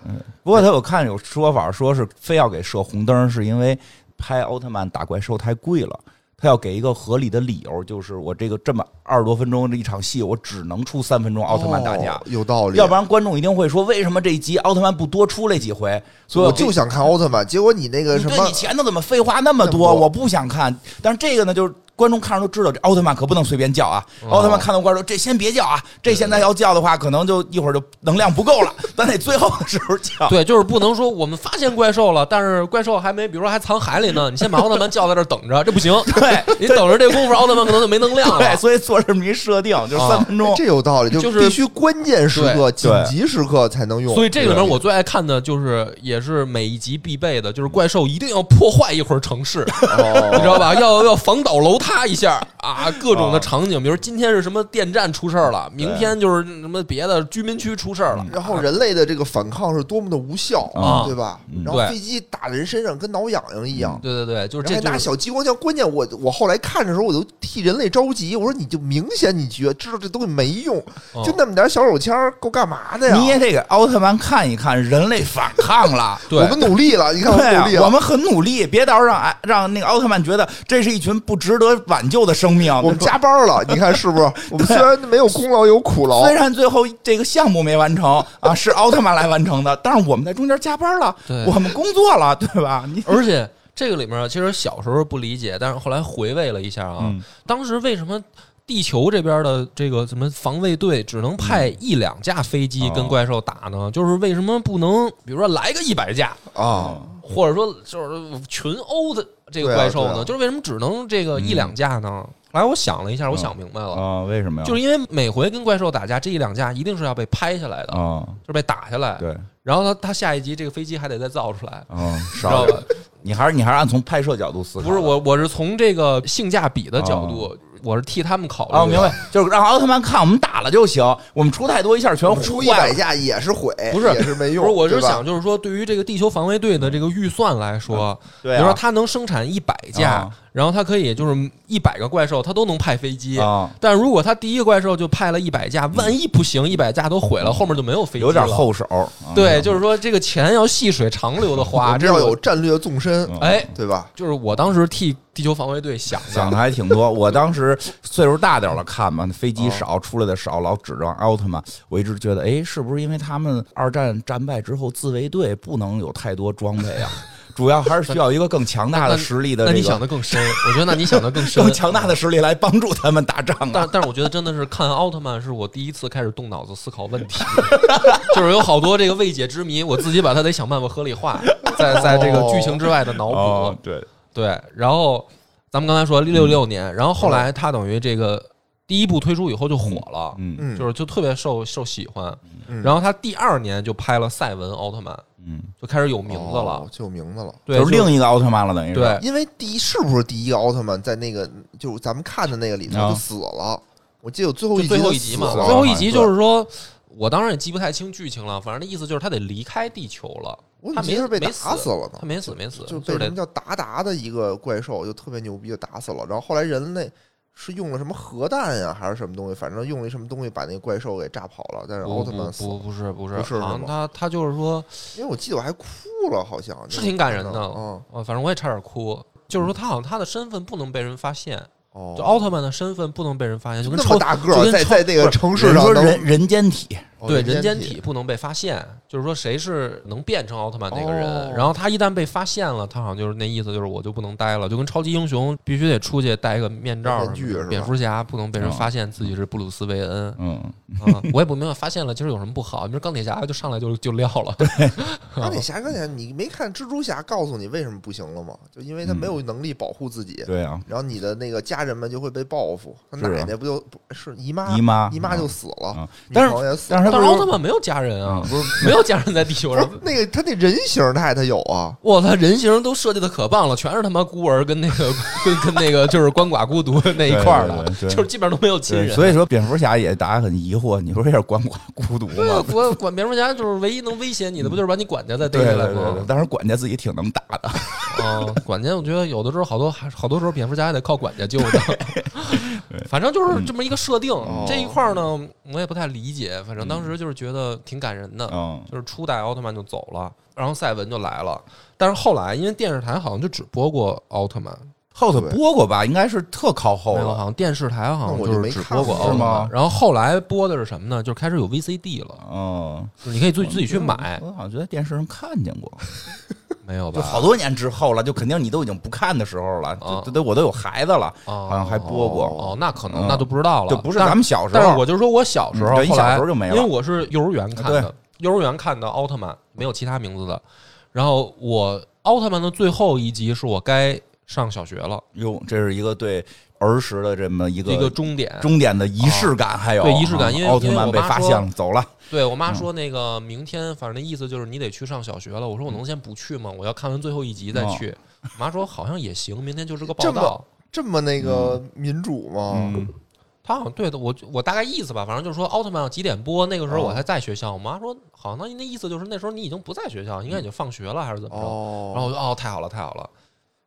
不过他有看有说法，说是非要给设红灯，是因为拍奥特曼打怪兽太贵了。他要给一个合理的理由，就是我这个这么二十多分钟这一场戏，我只能出三分钟奥特曼打架
哦，有道理，
要不然观众一定会说，为什么这一集奥特曼不多出来几回？所以
我
给
就想看奥特曼，结果你那个
你
什
对
么
你前头怎么废话那么
那么
多？
多
我不想看。但是这个呢，就是观众看着都知道，这奥特曼可不能随便叫啊！
哦
奥特曼看到怪兽，这先别叫啊！这现在要叫的话，可能就一会儿就能量不
<laughs>
够了，咱得最后的时候叫。
对，就是不能说我们发现怪兽了，但是怪兽还没，比如说还藏海里呢，你先把奥特曼叫在这儿等着，这不行。
<laughs> 对
你等着这功夫，奥特曼可能就没能量
<laughs>
了
对，。所以做这么一设定，就是
啊
三分钟。
这有道理，
就是
必须关键时刻、紧
对
急时刻才能用。
所以这个里面我最爱看的就是，也是每一集必备的，就是怪兽一定要破坏一会儿城
<laughs>
市，
哦
你知道吧？要要防倒楼塌一下啊，各种的场景，比如今天是什么电站出事儿了，明天就是什么别的居民区出事儿了，
然后人类的这个反抗是多么的无效，
啊
对吧？
嗯
然后
对
飞机打人身上跟挠痒痒一样，
对对对，就是这
然后还
就
拿
是
小激光枪。关键我我后来看的时候，我都替人类着急。我说你就明显你觉知道这东西没用，
嗯
就那么点小手枪儿够干嘛的呀？
你也得给奥特曼看一看，人类反抗了。
对
我们努力了，你看
<laughs>
我
对
们努力
啊，我
了。
们很努力，别到时候让哎让那个奥特曼觉得这是一群不值得挽救的生命。
我们加班了，你看是不是？我们虽然没有功劳，有苦劳
虽。然最后这个项目没完成啊，是奥特曼来完成的，但是我们在中间加班了
对，
我们工作了，对吧？你 <laughs>
<laughs> 而且这个里面啊，其实小时候不理解，但是后来回味了一下啊，
嗯
当时为什么地球这边的这个什么防卫队只能派
嗯
一两架飞机
哦
跟怪兽打呢？就是为什么不能，比如说来个一百架，
啊，
或者说就是群殴的这个
对啊
怪兽呢？
对啊
就是为什么只能这个一两架呢？后来我想了一下，我想明白了。
啊，为什么呀
就是因为每回跟怪兽打架，这一两架一定是要被拍下来的，
啊，
就是被打下来。
对
然后他他下一集这个飞机还得再造出来，
啊，
知
少
道吧？
你还是你还是按从拍摄角度思考，
不是我，我是从这个性价比的角度，我是替他们考虑的。
啊，我明白，就是让奥特曼看我们打了就行，我们出太多一下全
出
坏
一百
了。
架也是毁，
不是
也是没
不
用。
是，我是
对吧
想，就是说，对于这个地球防卫队的这个预算来说，
对
比如说
啊，
它能生产一百架，
啊
然后它可以就是一百个怪兽，它都能派飞机。
啊，
但如果它第一个怪兽就派了一百架，万一不行，一百架都毁了，后面就没有飞机
嗯
了。
有点。后手。啊
对，就是说这个钱要细水长流的
我
花，
们
啊这是
要有
我
战略纵深，
嗯
哎，
对吧？
就是我当时替地球防卫
<laughs>
队想
想
的。
的还挺多。我当时岁数大点儿了，看嘛，飞
哦
机少，出来的少，老指望奥特曼。我一直觉得，哎，是不是因为他们二战战败之后，自卫队不能有太多装备啊？ <laughs> 主要还是需要一个更强大的实力的
那
这
你想
个
的更深，我觉得那你想的
<laughs>
更深，
更强大的实力来帮助他们打仗啊。
但但是我觉得真的是看奥特曼，是我第一次开始动脑子思考问题， <laughs> 就是有好多这个未解之谜，我自己把它得想办法合理化，在在这个剧情之外的脑补。啊
哦，对，
对，然后咱们刚才说六
嗯
六年，然后后来它等于这个第一部推出以后就火了，
嗯
嗯，
就是就特别受受喜欢。
嗯
然后他第二年就拍了赛文奥特曼，
嗯，
就开始有名字了。
哦就有名字了。
对，
就是
就
另一个奥特曼了，等于是
对
因为第一是不是第一个奥特曼在那个就是咱们看的那个里头
啊
就死了？我记得有最后
就
一集
最后
就
一
死
集嘛，
了
最后一
好像
集
是
就是说，我当然也记不太清剧情了，反正那意思就是他得离开地球了
我，
他
怎么
没
记得是被
没
打
死
死了呢
他没死没死，
就
就
是被
是
什
得
么叫达达的一个怪兽就特别牛逼，就打死了。然后后来人类是用了什么核弹呀、还是什么东西，反正用了一什么东西把那个怪兽给炸跑了，但是
不
奥特
不
曼死
不
了。
不是不是，
不是是
好像
吗
他他就是说，
因为我记得我还哭了，好像
是挺感人的
嗯，
呃，反正我也差点哭。就是说，他好像他的身份不能被人发现，
哦，
就奥特曼的身份不能被人发现，就跟
那
超
么大个
就
儿
跟
在
超
在那个城市
人
上
说
能
人人间体，
哦
对人
人
间体
体
不能被发现，就是说谁是能变成奥特曼那个人。
哦
然后他一旦被发现了，他好像就是那意思，就是我就不能待了，就跟超级英雄必须得出去戴一个面罩
面具
什么的
是吧
蝙蝠侠不能被人
哦
发现自己是布鲁斯韦恩
嗯，
啊。我也不明白发现了其实有什么不好，你说钢铁侠就上来就就撂了，
钢
嗯
铁侠，钢铁侠，你没看蜘蛛侠告诉你为什么不行了吗？就因为他
嗯
没有能力保护自己，
对啊，
然后你的那个家人们就会被报复，他
是啊
奶奶不就不是姨妈
姨妈
姨妈
嗯
就死了，
啊
女
但是
朋友也死了，
但是他
嗯但
不是
是奥特曼没有家人啊
嗯，不是
没有家人在地球
不是
上。
那个他那人形他还他有啊，
我操，人形都设计的可棒了，全是他妈孤儿跟那个 <laughs> 跟跟那个就是鳏寡孤独那一块儿的，
对对对对
就是基本上都没有亲
对
人。
所以说蝙蝠侠也大家很疑惑，你说这是管寡孤独
对啊
吗？，
管管蝙蝠侠就是唯一能威胁你的，不就是把你管家再逮
对
起
对
来
对对，
吗？
但是管家自己挺能打的，
啊，管家，我觉得有的时候好多还好多时候蝙蝠侠还得靠管家救的，反正就是这么一个设定。
嗯
这一块儿呢，
哦
我也不太理解，反正当时就是觉得挺感人的。
嗯，
就是初代奥特曼就走了，然后赛文就来了，但是后来因为电视台好像就只播过奥特曼，
后头播过吧，应该是特靠后
没有
了，
好像电视台好像
那我就
就
没
是只
看
播过
过
奥特
是吗
曼，然后后来播的是什么呢？就开始有 VCD 了，
嗯，
就是你可以自己自己去买，
我好像觉得电视上看见过，
没有吧？
嗯就好多年之后了，就肯定你都已经不看的时候了，
啊
这这都我都有孩子了，
好
好像还播过，
哦，那可
嗯
能那就不知道了，
就不是
但
咱们小时候，
但是我就说我小时候，
嗯对你
后来
小时候就没了啊
因为我是幼儿园看
对
的，幼儿园看的奥特曼，没有其他名字的。然后我奥特曼的最后一集是我该上小学了，
哟，这是一个对儿时的这么一个
一个终点。
终点的仪式感，还有
对仪式感
啊
因为
奥特曼被发现
因为我
了，走了，
对我
嗯
妈说，那个明天，反正那意思就是你得去上小学了。我说我
嗯
能先不去吗？我要看完最后一集再去。我妈说好像也行，明天就是个报
哦这
道
么。这么那个
嗯
民主吗？
嗯，
她好像对的，我我大概意思吧，反正就是说奥特曼要几点播，那个时候
哦
我还在学校。我妈说好像那那意思就是那时候你已经不在学校，应该已经放学了还是怎么着？
哦，
然后我就哦，太好了，太好了，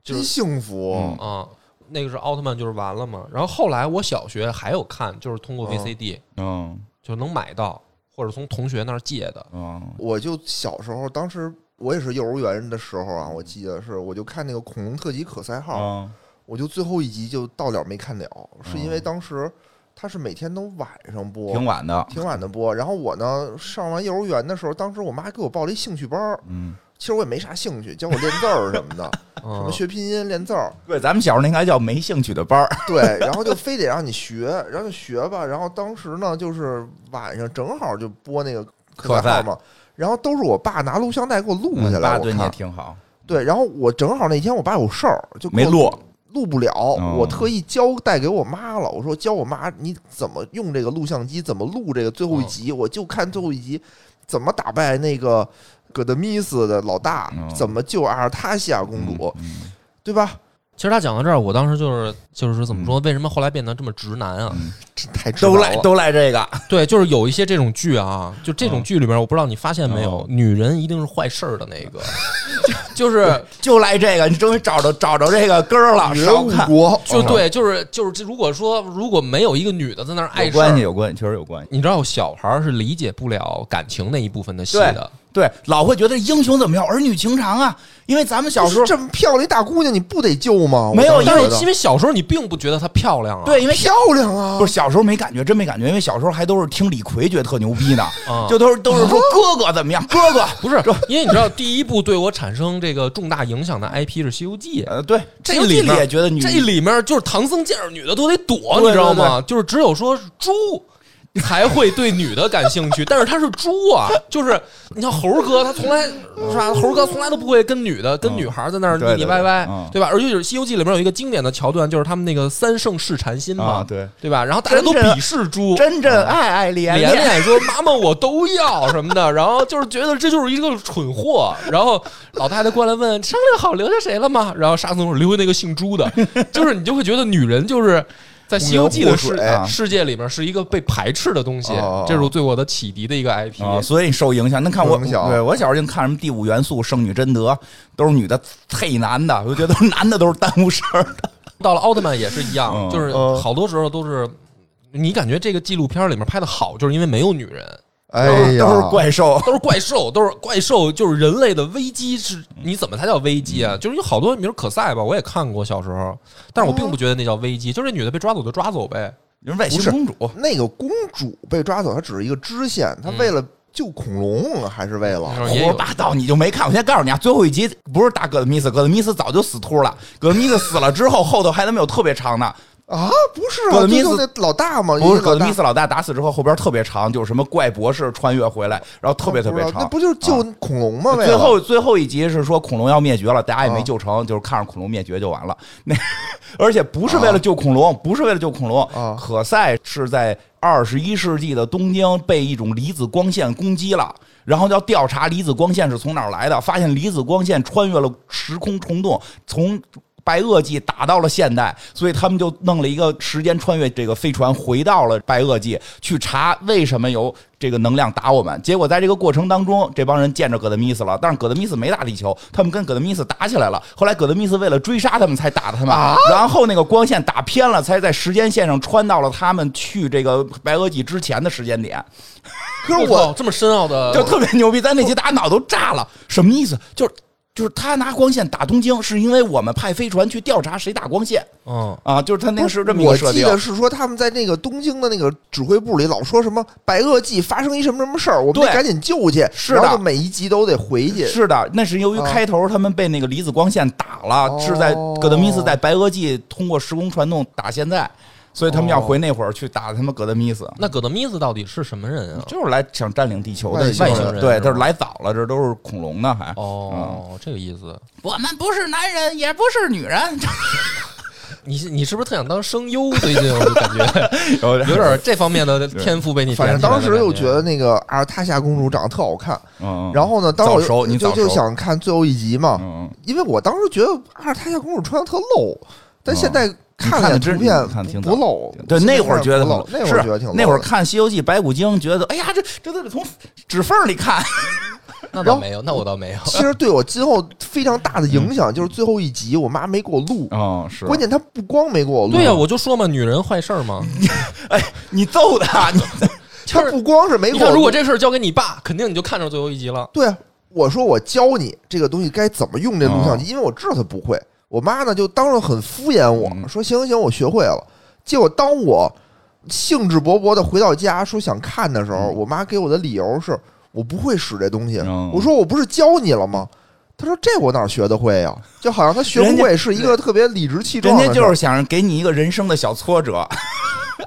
就
真
是
幸福。
嗯
啊、那个是奥特曼就是完了嘛。然后后来我小学还有看，就是通过
哦
VCD、
嗯
就能买到，或者从同学那儿借的。
嗯
我就小时候，当时我也是幼儿园的时候啊，我记得是，我就看那个《恐龙特级可赛
啊
号》
嗯
我就最后一集就到了没看了，是因为
嗯
当时它是每天都晚上播，
挺晚的，
挺晚的播。然后我呢上完幼儿园的时候，当时我妈给我报了一兴趣班儿，
嗯，
其实我也没啥兴趣，教我练字儿什么
<laughs>
的，什
嗯
么，学拼音、练字儿，
对，咱们小时候那应该叫没兴趣的班儿，
对，然后就非得让你学，然后就学吧。然后当时呢，就是晚上正好就播那个课
课
赛
赛
号嘛，然后都是我爸拿录像带给我录下
嗯爸
来，我
对你也
看
挺好，
对，然后我正好那天我爸有事儿，就给
没
我
录，哦
录不了，我特意交代给我妈了。我说教我妈你怎么用这个录像机，怎么录这个最
哦
后一集，我就看最后一集怎么打败那个戈德米斯的老大，
嗯
怎么救阿尔塔西亚公主，
嗯，嗯
对吧？
其实他讲到这儿，我当时就是就是怎么
嗯
说，为什么后来变得这么直男啊？
这太知道
都赖
了。
都赖这个，
对，就是有一些这种剧啊，就这种剧里边，我不知道你发现没有
哦，
女人一定是坏事儿的那
<laughs>
个，就就是
就赖这个，你终于找着找着这个根儿了，
女
少
人误
看， <laughs>
国，
就
哦
对，就是就是这，如果说如果没有一个女的在那儿
有
碍事
关系
儿。
有关系，确实有关系。
你知道小孩儿是理解不了感情那一部分的戏的，
对，老会觉得英雄怎么样，儿女情长啊，因为咱们小时候
这么漂亮一大姑娘，你不得救吗？
没有
我当
但
时
是
觉得
因为小时候你并不觉得她漂亮啊，
对，因为小
漂亮啊，
不是小时候没感觉，真没感觉，因为小时候还都是听李逵觉得特牛逼呢，
啊
就都是都是说哥哥怎么样，哥哥， <laughs>
不是，因为你知道，第一部对我产生这个重大影响的 IP 是《西
<laughs>
游记》，啊
呃，对，
这
个
里面
也觉得女
这里面就是唐僧见着女的都得躲，
对
你知道吗？就是只有说猪。才会对女的感兴趣，但是他是猪啊，就是你像猴哥，他从来是吧？猴哥从来都不会跟女的、跟女孩在那儿
嗯对对
腻腻歪歪
对嗯，
对吧？而且就是《西游记》里面有一个经典的桥段，就是他们那个三圣试禅心嘛
啊，，对，
对吧？然后大家都
真是
鄙视猪，
真正爱爱莲
连
莲，
连说：“妈妈，我都要什么的。”然后就是觉得这就是一个蠢货。然后老太太过来问：“商量好留下谁了吗？”然后沙僧说：“留下那个姓朱的。”就是你就会觉得女人就是在《西游记》的世啊
不明
不水
世界里面是一个被排斥的东西
哦哦哦，
这是对我的启迪的一个 IP。
啊，所以受影响。那看我，
受影响
对我小时候净看什么《第五元素》《圣女贞德》，都是女的配男的，我就觉得男的都是耽误事儿的。
到了奥特曼也是一样，
嗯
就是
嗯
好多时候都是你感觉这个纪录片里面拍的好，就是因为没有女人。
哎呀，
都是怪兽。
都是怪兽，都是怪兽，就是人类的危机是？你怎么才叫危机啊？就是有好多，比如可赛吧，我也看过小时候，但是我并不觉得那叫危机，就是这女的被抓走就抓走呗。
你说外星
不是
公主，
那个公主被抓走，她只是一个支线，她
嗯
为了救恐龙啊还是为了
你说
胡
也
说
有
八道，你就没看。我先告诉你啊，最后一集不是打戈德米斯，戈德米斯早就死秃了。戈德米斯死了之后，后头还他妈有特别长的，
啊，不是啊，
葛德米
最
斯
后那老大嘛，
不是
哦一个
葛
老
德
大
米斯老大打死之后，后边特别长，就是什么怪博士穿越回来，然后特别特别
不知道那
长。
不就是救恐龙吗？
呃
为了啊
最后最后一集是说恐龙要灭绝了，大家也没救成，就是看着恐龙灭绝就完了。 <laughs> 那而且不是为了救恐龙，不是为了救恐龙，
啊
可赛是在二十一世纪的东京被一种离子光线攻击了。然后要调查离子光线是从哪儿来的，发现离子光线穿越了时空虫洞，从白垩纪打到了现代，所以他们就弄了一个时间穿越这个飞船回到了白垩纪去查为什么有这个能量打我们。结果在这个过程当中，这帮人见着葛德米斯了，但是葛德米斯没打地球，他们跟葛德米斯打起来了。后来葛德米斯为了追杀他们才打的他们，
啊
然后那个光线打偏了，才在时间线上穿到了他们去这个白垩纪之前的时间点。
可是
操
我
这么深奥
哦
的，
就特别牛逼。咱那集打脑都炸了，什么意思？就是就是他拿光线打东京，是因为我们派飞船去调查谁打光线
嗯，
啊？就是他那个是这么一
我
个设
记
定。
得是说他们在那个东京的那个指挥部里老说什么白垩纪发生一什么什么事儿，我们
对
得赶紧救去，
是的
然后就每一集都得回去。
是的，那是由于
啊
开头他们被那个离子光线打了，
哦
是在葛德米斯在白垩纪通过时空传动打现在，所以他们要回那会儿去打他们葛德米斯。
那葛德米斯到底是什么人啊？
就是来想占领地球的
外星
外
人
对，
是吧
他是来早了，这都是恐龙呢，还
嗯
哦，这个意思。
我们不是男人，也不是女人，
你是你是不是特想当声优？最近我就感觉
<laughs> 有
<laughs> 有点这方面
<laughs>
的天赋被你
反
点
正
起来了
当时就觉
感
得那个阿尔塔夏公主长得特好看，
嗯，
然后呢，当时
早熟
我
你
就
早
就
熟
就想看最后一集嘛，
嗯嗯，
因为我当时觉得啊阿尔塔夏公主穿的特露，但
嗯
现在
你看
那
得
图
真
片
你看得挺
不
早
不露，
对，
现在
那会儿觉得
不露，
很
那会儿
是
觉得挺露的。
那会儿看《 <laughs> 西游记》白骨精，觉得哎呀，这这都得从指缝里看。
觉那倒没有，那我倒没有。
<laughs> 其实对我今后非常大的影响就是最后一集我妈没给我录，
哦，嗯是
关键她不光没给我录，
对呀，啊我就说嘛，女人坏事儿嘛。
你揍他，你
她不光是没
你
给我
看，
录，
如果这事儿交给你爸，肯定你就看上最后一集了。
对啊，我说我教你这个东西该怎么用这录像
啊
机，因为我知道他不会。我妈呢就当着很敷衍我
嗯
说行行行，我学会了。结果当我兴致勃勃的回到家说想看的时候，我妈给我的理由是我不会使这东西。
嗯
我说我不是教你了吗？她说这我哪儿学得会呀、就好像她学
人
不
家
会是一个特别理直气壮
<laughs> 人
的事
家
儿。
就是想给你一个人生的小挫折。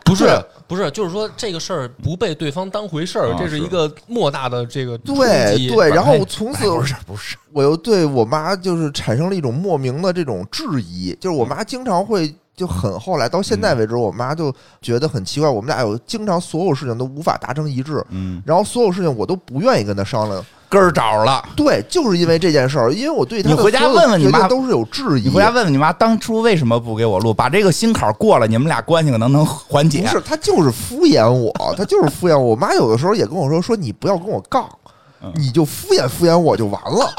不是
对
不是，就是说这个事儿不被对方当回事儿，
啊
这是一
是
个莫大的这个冲
对
击
对，然后
哎
从此
不是不是，
我又对我妈就是产生了一种莫名的这种质疑，就是
嗯
我妈经常会就很后来到现在为止，我妈就觉得很奇怪，我们俩有经常所有事情都无法达成一致，
嗯，
然后所有事情我都不愿意跟她商量。
根儿找了。
对，就是因为这件事儿，因为我对她的
你回家
所有的
问问你
决定
妈
都是有质疑。
你回家问问你妈，当初为什么不给我录？把这个心坎儿过了，你们俩关系可能能缓解。
不是，她就是敷衍我，她就是敷衍我。我妈有的时候也跟我说说你不要跟我杠
嗯，
你就敷衍敷衍我就完了。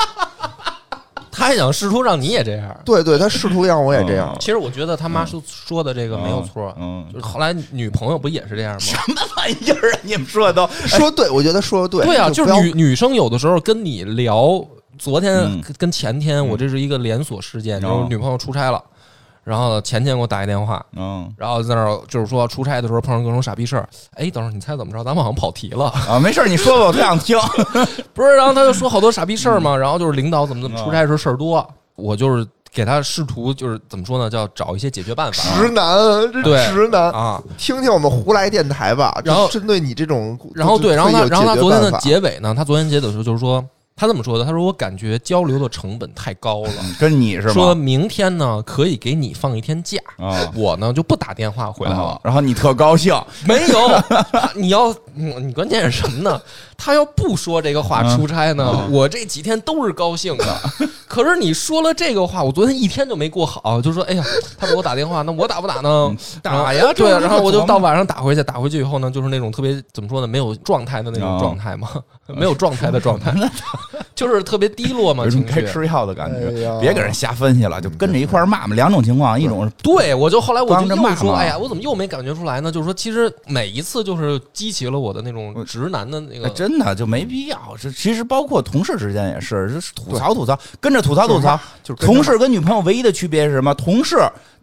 他还想试图让你也这样。
对对，她试图让我也这样
嗯。
其实我觉得他妈说说的这个没有错，
嗯嗯
就是后来女朋友不也是这样吗？
什么玩意儿啊？你们说的都
说对，我觉得说的对。
对啊，就
不
是
要
女女生有的时候跟你聊，昨天
嗯
跟前天，我这是一个连锁事件，就是
哦
女朋友出差了，然后前天给我打一电话，
嗯
然后在那儿就是说出差的时候碰上各种傻逼事儿。哎，等会儿你猜怎么着？咱们好像跑题了，
啊，没事儿，你说吧，我特想听。
不是？然后他就说好多傻逼事儿
嗯
嘛，然后就是领导怎么怎么出差的时候事儿多，我就是给他试图就是怎么说呢，叫找一些解决办法
直男，这
对
直男
啊。
听听我们胡来电台吧，
然后
这针对你这种，
然后
就
对，
是
然后他
最有
然后他
解决
昨天的
办法
结尾呢，他昨天结尾的时候就是说他这么说的，他说我感觉交流的成本太高了。
<laughs> 跟你是吗？
说明天呢可以给你放一天假，
啊，
我呢就不打电话
啊
回来了。
然后你特高兴，
没有，他你要嗯你关键是什么呢？他要不说这个话
嗯
出差呢，我这几天都是高兴的。可是你说了这个话，我昨天一天就没过好，就说哎呀，他给我打电话，那我打不打呢？
嗯打呀
然后
这
对，啊
个
然后我
琢
就
磨
到晚上打回去，打回去以后呢，就是那种特别怎么说呢，没有状态的那种
哦
状态嘛，没有状态的
<laughs>
状态，就是特别低落嘛
有一种
情
该
绪。
吃药的感觉
哎呀。
别给人瞎分析了，就跟着一块儿骂嘛。两种情况，一种是
对，我就后来我
光
就
着
又
骂
说，
嘛
哎呀，我怎么又没感觉出来呢？就是说，其实每一次就是激起了我的那种直男的那
哎
个，
真的就没必要。这其实包括同事之间也是，就是吐槽吐槽，跟着吐槽吐槽。
跟着
同事跟女朋友唯一的区别是什么？同事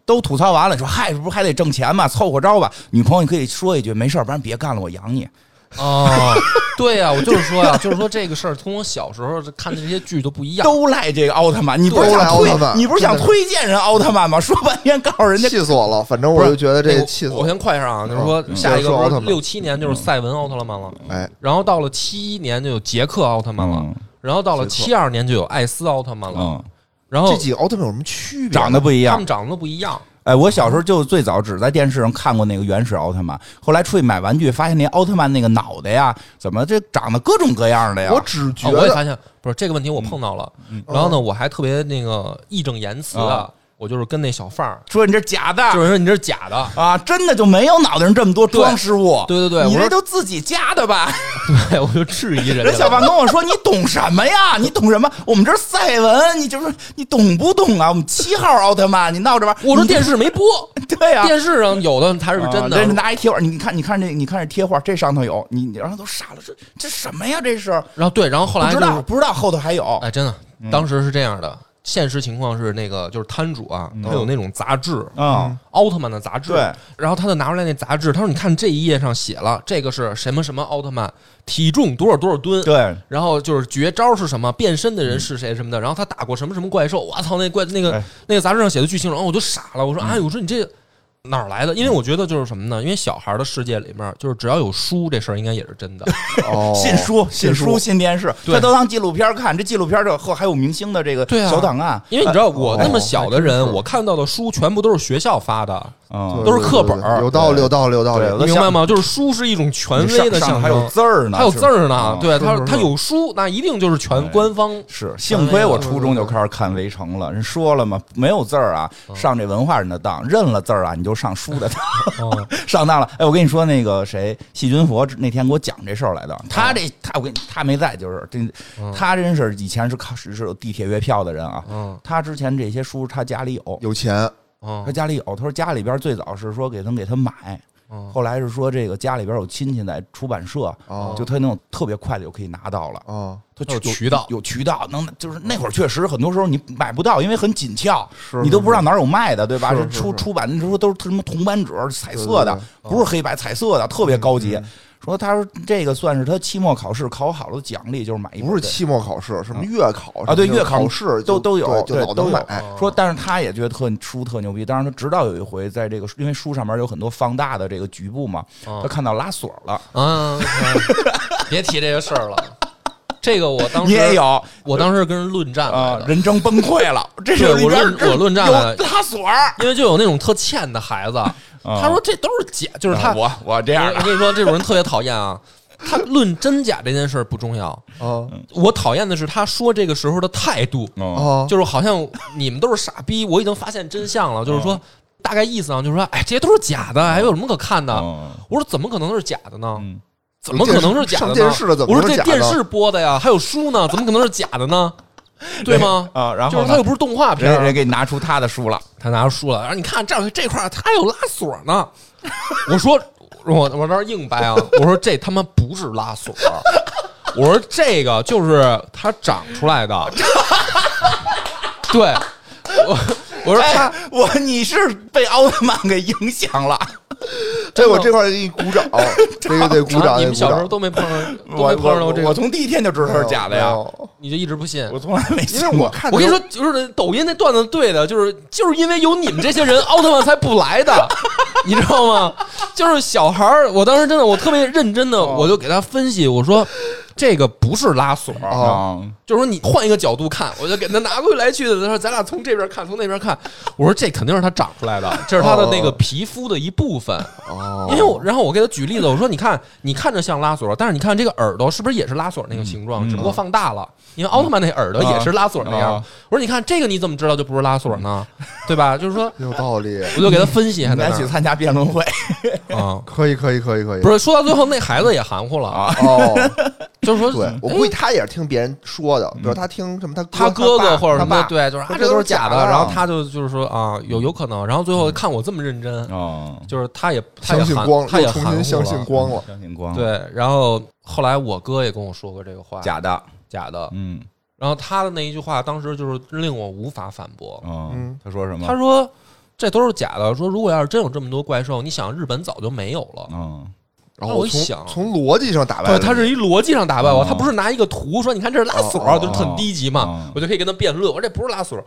都吐槽完了，你说嗨，这不是还得挣钱吗？凑合着吧。女朋友你可以说一句没事儿，不然别干了，我养你。
啊，对呀、我就是说呀、就是说这个事儿，从我小时候看的这些剧都不一样。
都赖这个奥特曼，你不是
都赖
想
奥特曼
推，你不是想
真的
推荐人奥特曼吗？说半天告诉人
<laughs>
家
气死我了！反正我就觉得
那
这
个
气死
哎我我
了。
先快上啊，就是说
嗯
下一个
说奥
不
特
是
曼
六七年就是赛文奥特曼了，
哎，
然后到了七一年就有杰克奥特曼了，
嗯
然后到了
杰
七二年就有艾斯奥特曼了，
嗯，
然后
这几个奥特曼有什么区别？啊
长得不一
哦他
样
们。长得都不一样。
哎，我小时候就最早只在电视上看过那个原始奥特曼，后来出去买玩具，发现那奥特曼那个脑袋呀，怎么这长得各种各样的呀？
我只觉
哦我也
得
发现不是这个问题，我碰到了。
嗯
然后呢，我还特别那个义正言辞的，我就是跟那小贩儿，
说你这假的，
就是说你这是假的。
啊，真的就没有脑袋上这么多装饰物。
对对对
你
我
这
说
都自己加的吧？
对，我就质疑人
人
家
小
了。
范跟我说：“你懂什么呀？ <laughs> 你懂什么？我们这是赛文，你就是你懂不懂啊？我们七号奥特曼，你闹这玩意儿？
我说
你
电视没播，
<laughs> 对呀、
电视上有的才是真
啊
的
人家。拿一贴画，你看，你看这，你看这贴画，这上头有你，你让他都傻了，这这什么呀？这是
然后对，然后后
不
来
知
就
道，嗯
是
不知道后头还有。
哎，真的，当时是这样的。现实情况是，那个就是摊主啊，他有那种杂志，
嗯，
奥特曼的杂志。
对，
然后他就拿出来那杂志，他说：“你看这一页上写了，这个是什么什么奥特曼，体重多少多少吨，
对，嗯
然后就是绝招是什么，变身的人是谁什么的，然后他打过什么什么怪兽，我操，那怪那个
哎
那个杂志上写的剧情，然后我就傻了，
嗯
我说哎，我说你这哪儿来的？因为我觉得就是什么呢？因为小孩的世界里面，就是只要有书这事儿，应该也是真的。 <laughs>
哦
信书、信书、信电视，
对
这都当纪录片看。这纪录片这后还有明星的这个
对啊
小档案，
因为你知道，我
哦
那么小的人，
还真是
我看到的书全部都是学校发的，
嗯
都是课本儿
有道理，有道理，有道理。
对
你明白吗？就是书是一种权威的
上上
象
还有
征，
字儿呢，
还有字儿呢
嗯。
对他
是，是
他有书，那一定就是全官方
哎是，幸亏我初中就开始看《围城》了。人说了嘛，没有字儿啊，上这文化人的当；认了字儿啊，你就上书的当，
哦
<laughs> 上当了。哎，我跟你说，那个谁，细菌佛那天给我讲这事儿来的。他这他，我跟你，他没在，就是这，他真是以前是靠是是有地铁月票的人啊。
嗯
他之前这些书他家里有，
有钱，
嗯
他家里有。他说家里边最早是说给他们给他买，
嗯
后来是说这个家里边有亲戚在出版社，
哦
就他那种特别快的就可以拿到了。
啊，
它
有渠道
有渠道，能就是那会儿确实很多时候你买不到，因为很紧俏，
是
你都不知道哪儿有卖的，对吧？
是
这
是
出
是
出版那时候都是什么铜版纸、彩色的，不是黑白，彩色的，特别高
嗯
级。说他说这个算是他期末考试考好了的奖励，就是买一本
不是
这
期末考试，什么月考
啊，对，
什么
月考
考试
都
就
都有，
对就
对
老
都
能
有
啊
哎
买。啊哦
说，但是他也觉得特书特牛逼。当然，他直到有一回在这个，因为书上面有很多放大的这个局部嘛，
哦
嗯
他看到拉锁了，
啊， <laughs> 别提这个事儿了。 <laughs> 这个我当时
你也，有，
我当时跟人论战
啊
来，的，
人争崩溃
<laughs>
了，这是
对
里边
我论
这
我论战了啊
有拉锁儿。
因为就有那种特欠的
<laughs>
孩子，他说这都是假，就是他，
哦啊我我这样
我
的，
跟你说，这种人特别讨厌啊。他论真假这件事儿不重要，
啊
嗯
我讨厌的是他说这个时候的态度，
哦
啊，
嗯就是好像你们都是傻逼，我已经发现真相
哦
了，就是说大概意思啊，就是说，哎，这些都是假的，还有什么可看的？
哦
我说怎么可能是假的呢？
嗯
怎么可能是假的呢？
上电视了怎么
我
能
说
是
这
假的
电视播的呀，还有书呢，怎么可能是假的
<laughs>
呢？对吗？
啊，然
就
后
是它
呢
又不是动画片
人人
儿，
给你拿出他的
<laughs>
书了，
他拿出书来，然后你看这这块儿它有拉锁呢。我说我我这儿硬掰啊，我说这他妈不是拉锁，我说这个就是它长出来的。 <laughs> 对，我我说它
哎， <laughs> 我你是被奥特曼给影响
<laughs>
了，
这哎我这块儿给你鼓掌，这个得鼓
啊 <laughs>
掌，
你
得
们
鼓
小时候
掌。
都没碰上，都
我
没碰上
我
过这
我
个，哦
从第一天就知道它是假的
没
呀，
有，
你就一直不信。
我从来没
哦因
信
为我
过。
看
我跟你
着
说，就是抖音那段子对的，就是就是因为有你们这些人，奥特曼才不来的，你知道吗？就是小孩儿，我当时真的，我特别认真的，我就给他分析，我说这个不是拉锁，
啊，
就是说你换一个角度看，我就给他拿过来去的，他说咱俩从这边看，从那边看，我说这肯定是他长出来的，这是他的那个皮肤的一部分。
哦
因为我，然后我给他举例子，我说你看，你看着像拉锁，但是你看这个耳朵是不是也是拉锁那
嗯
个形状，只不过放大了？因为奥特曼那耳朵也是拉锁那
嗯
样。
啊
我说你看这个你怎么知道就不是拉锁呢？对吧？就是说，
有道理，
我就给他分析，还
应
<laughs>
在
该
那
去
儿
参加辩论会，
啊。
可以可以可以可以。
不是，说到最后那孩子也含糊了啊，
哦，
就是说，
对我
哎
估计他也是听别人说的，比如他听什么他
他哥哥
他爸
或者什
他
么
爸，
对，就是啊
说
这
这
都
都
是
是
假
假
的，
的嗯
然后他就就是说啊有有可能，然后最后看我这么认真，
哦，
就是他也他也
相信
含
光，
他也
又
含
重
糊
新相信
嗯了，嗯
光了。
相信光，
对，然后后来我哥也跟我说过这个话，
假的，
假的，
嗯
然后他的那一句话，当时就是令我无法反驳。
嗯
嗯，
他说什么？
他说：“这都是假的。说如果要是真有这么多怪兽，你想日本早就没有了。
嗯，
然
那
后我
我
一
从
想，
从逻辑上打败
对，
了嗯
他是一逻辑上打败我，
哦
他不是拿一个图说你看这是拉锁
哦哦，
就是很低级嘛
嗯
哦，
我就可以跟他辩论，我说这不是拉锁。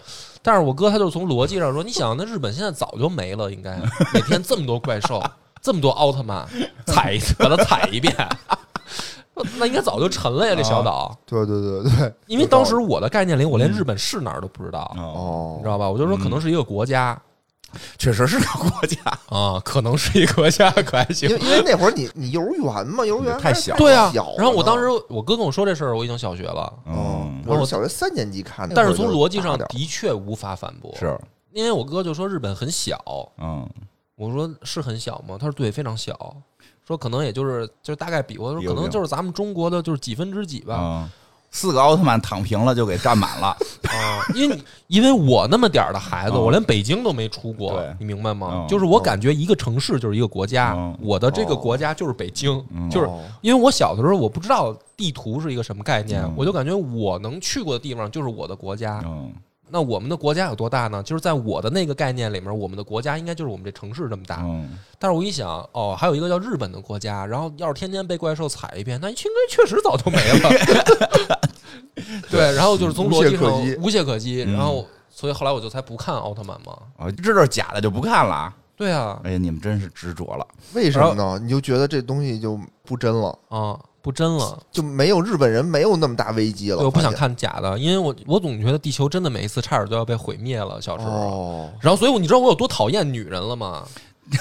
但是我哥他就是从逻辑上说，你想那日本现在早就没了，应
<laughs>
该每天这么多怪兽，这么多奥特曼，踩一把它踩一遍， <laughs> 那应该早就沉了呀，这小岛。
对对对对，
因为当时我的概念里，我
嗯
连日本是哪儿都不知道，
哦，
你
哦
知，道吧？我就说可能是一个国家
确实是个国家，
啊，可能是一个国家，可还行
因。为因为那会儿你你幼儿园嘛，幼儿园
太
还
小
太
对啊
小，
然后我当时
呢哦
我哥跟我说这事儿，我已经小学了。
嗯，
我是小学三年级看的，
但是从逻辑
那
上
会儿就大点
的确无法反驳，
是，
因为我哥就说日本很小，
嗯，
我说是很小吗？他说对，非常小，说可能也就是就是大概比划，说
比
可
划
能
比划
就是咱们中国的就是几分之几吧
嗯，四个奥特曼躺平了就给占满了， <laughs>
啊，因为因为我那么点儿的孩子，
嗯
我连北京都没出过
对，
你明白吗？
嗯
就是我感觉一个城市就是一个国家
嗯，
我的这个国家就是北京，
嗯
就是
哦
因为我小的时候我不知道地图是一个什么概念
嗯，
我就感觉我能去过的地方就是我的国家，
嗯，
那我们的国家有多大呢？就是在我的那个概念里面，我们的国家应该就是我们这城市这么大。
嗯，
但是我一想，哦，还有一个叫日本的国家，然后要是天天被怪兽踩一遍，那应该确实早就没了。 <laughs> 对，然后就是从逻辑上
无懈可击
无懈可击，
嗯
然后所以后来我就才不看奥特曼嘛。
哦，这就是假的就不看了啊，
对啊，
哎呀，你们真是执着了，
为什么呢？你就觉得这东西就不真了，
啊，不真了，
就没有日本人没有那么大危机了。
对我不想
发
看假的，因为我我总觉得地球真的每一次差点就要被毁灭了，小时
现。
候。
哦，
然后，所以我你知道我有多讨厌女人了吗？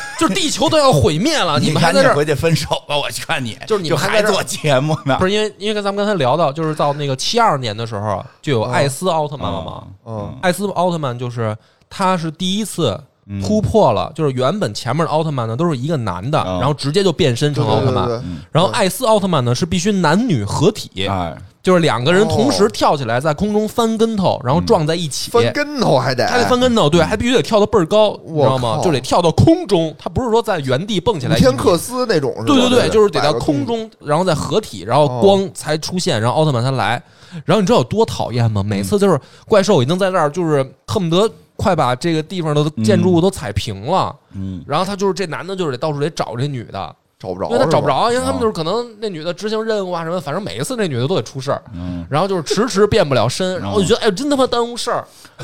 <laughs> 就是地球都要毁灭
<laughs>
了，啊你们
赶
还在
紧
这儿
回去分手吧，我劝你，
<laughs> 就是你
就
们还在
还
这儿
做节目呢，
不是因为，因为跟咱们刚才聊到，就是到那个七二年的时候，就
哦
有艾斯奥特曼了嘛。
哦
嗯，
艾斯奥特曼就是他是第一次
嗯
突破了，就是原本前面的奥特曼呢都是一个男的，
嗯
然后直接就变身
对
成奥特
哦对
曼。
对对，啊
然后艾斯奥特曼呢是必须男女合
嗯
体，
哎，
就是两个人同时
哦
跳起来在空中翻跟头，然后撞在一起。
翻跟头还得
他得翻跟头，对，还必须得跳得倍儿高，你知道吗？
靠
就得跳到空中，他不是说在原地蹦起来
古
一米。
天克斯那种是吧？
对对对，就是得
摆
到
个
空中，然后再合体，然后光才出现，然后奥特曼才来。然后你知道有多讨厌吗？每次就是怪兽已经在这儿，就是恨不得快把这个地方的建筑物都踩平了。
嗯，
然后他就是这男的，就是得到处得找这女的，
找不着，
因为他找不
是吧。
着，因为他们就是可能那女的执行任务啊什么，反正每一次那女的都得出事儿。
嗯，
然后就是迟迟变不了身，然后我就觉得哎呦，真他妈耽误事儿， <laughs>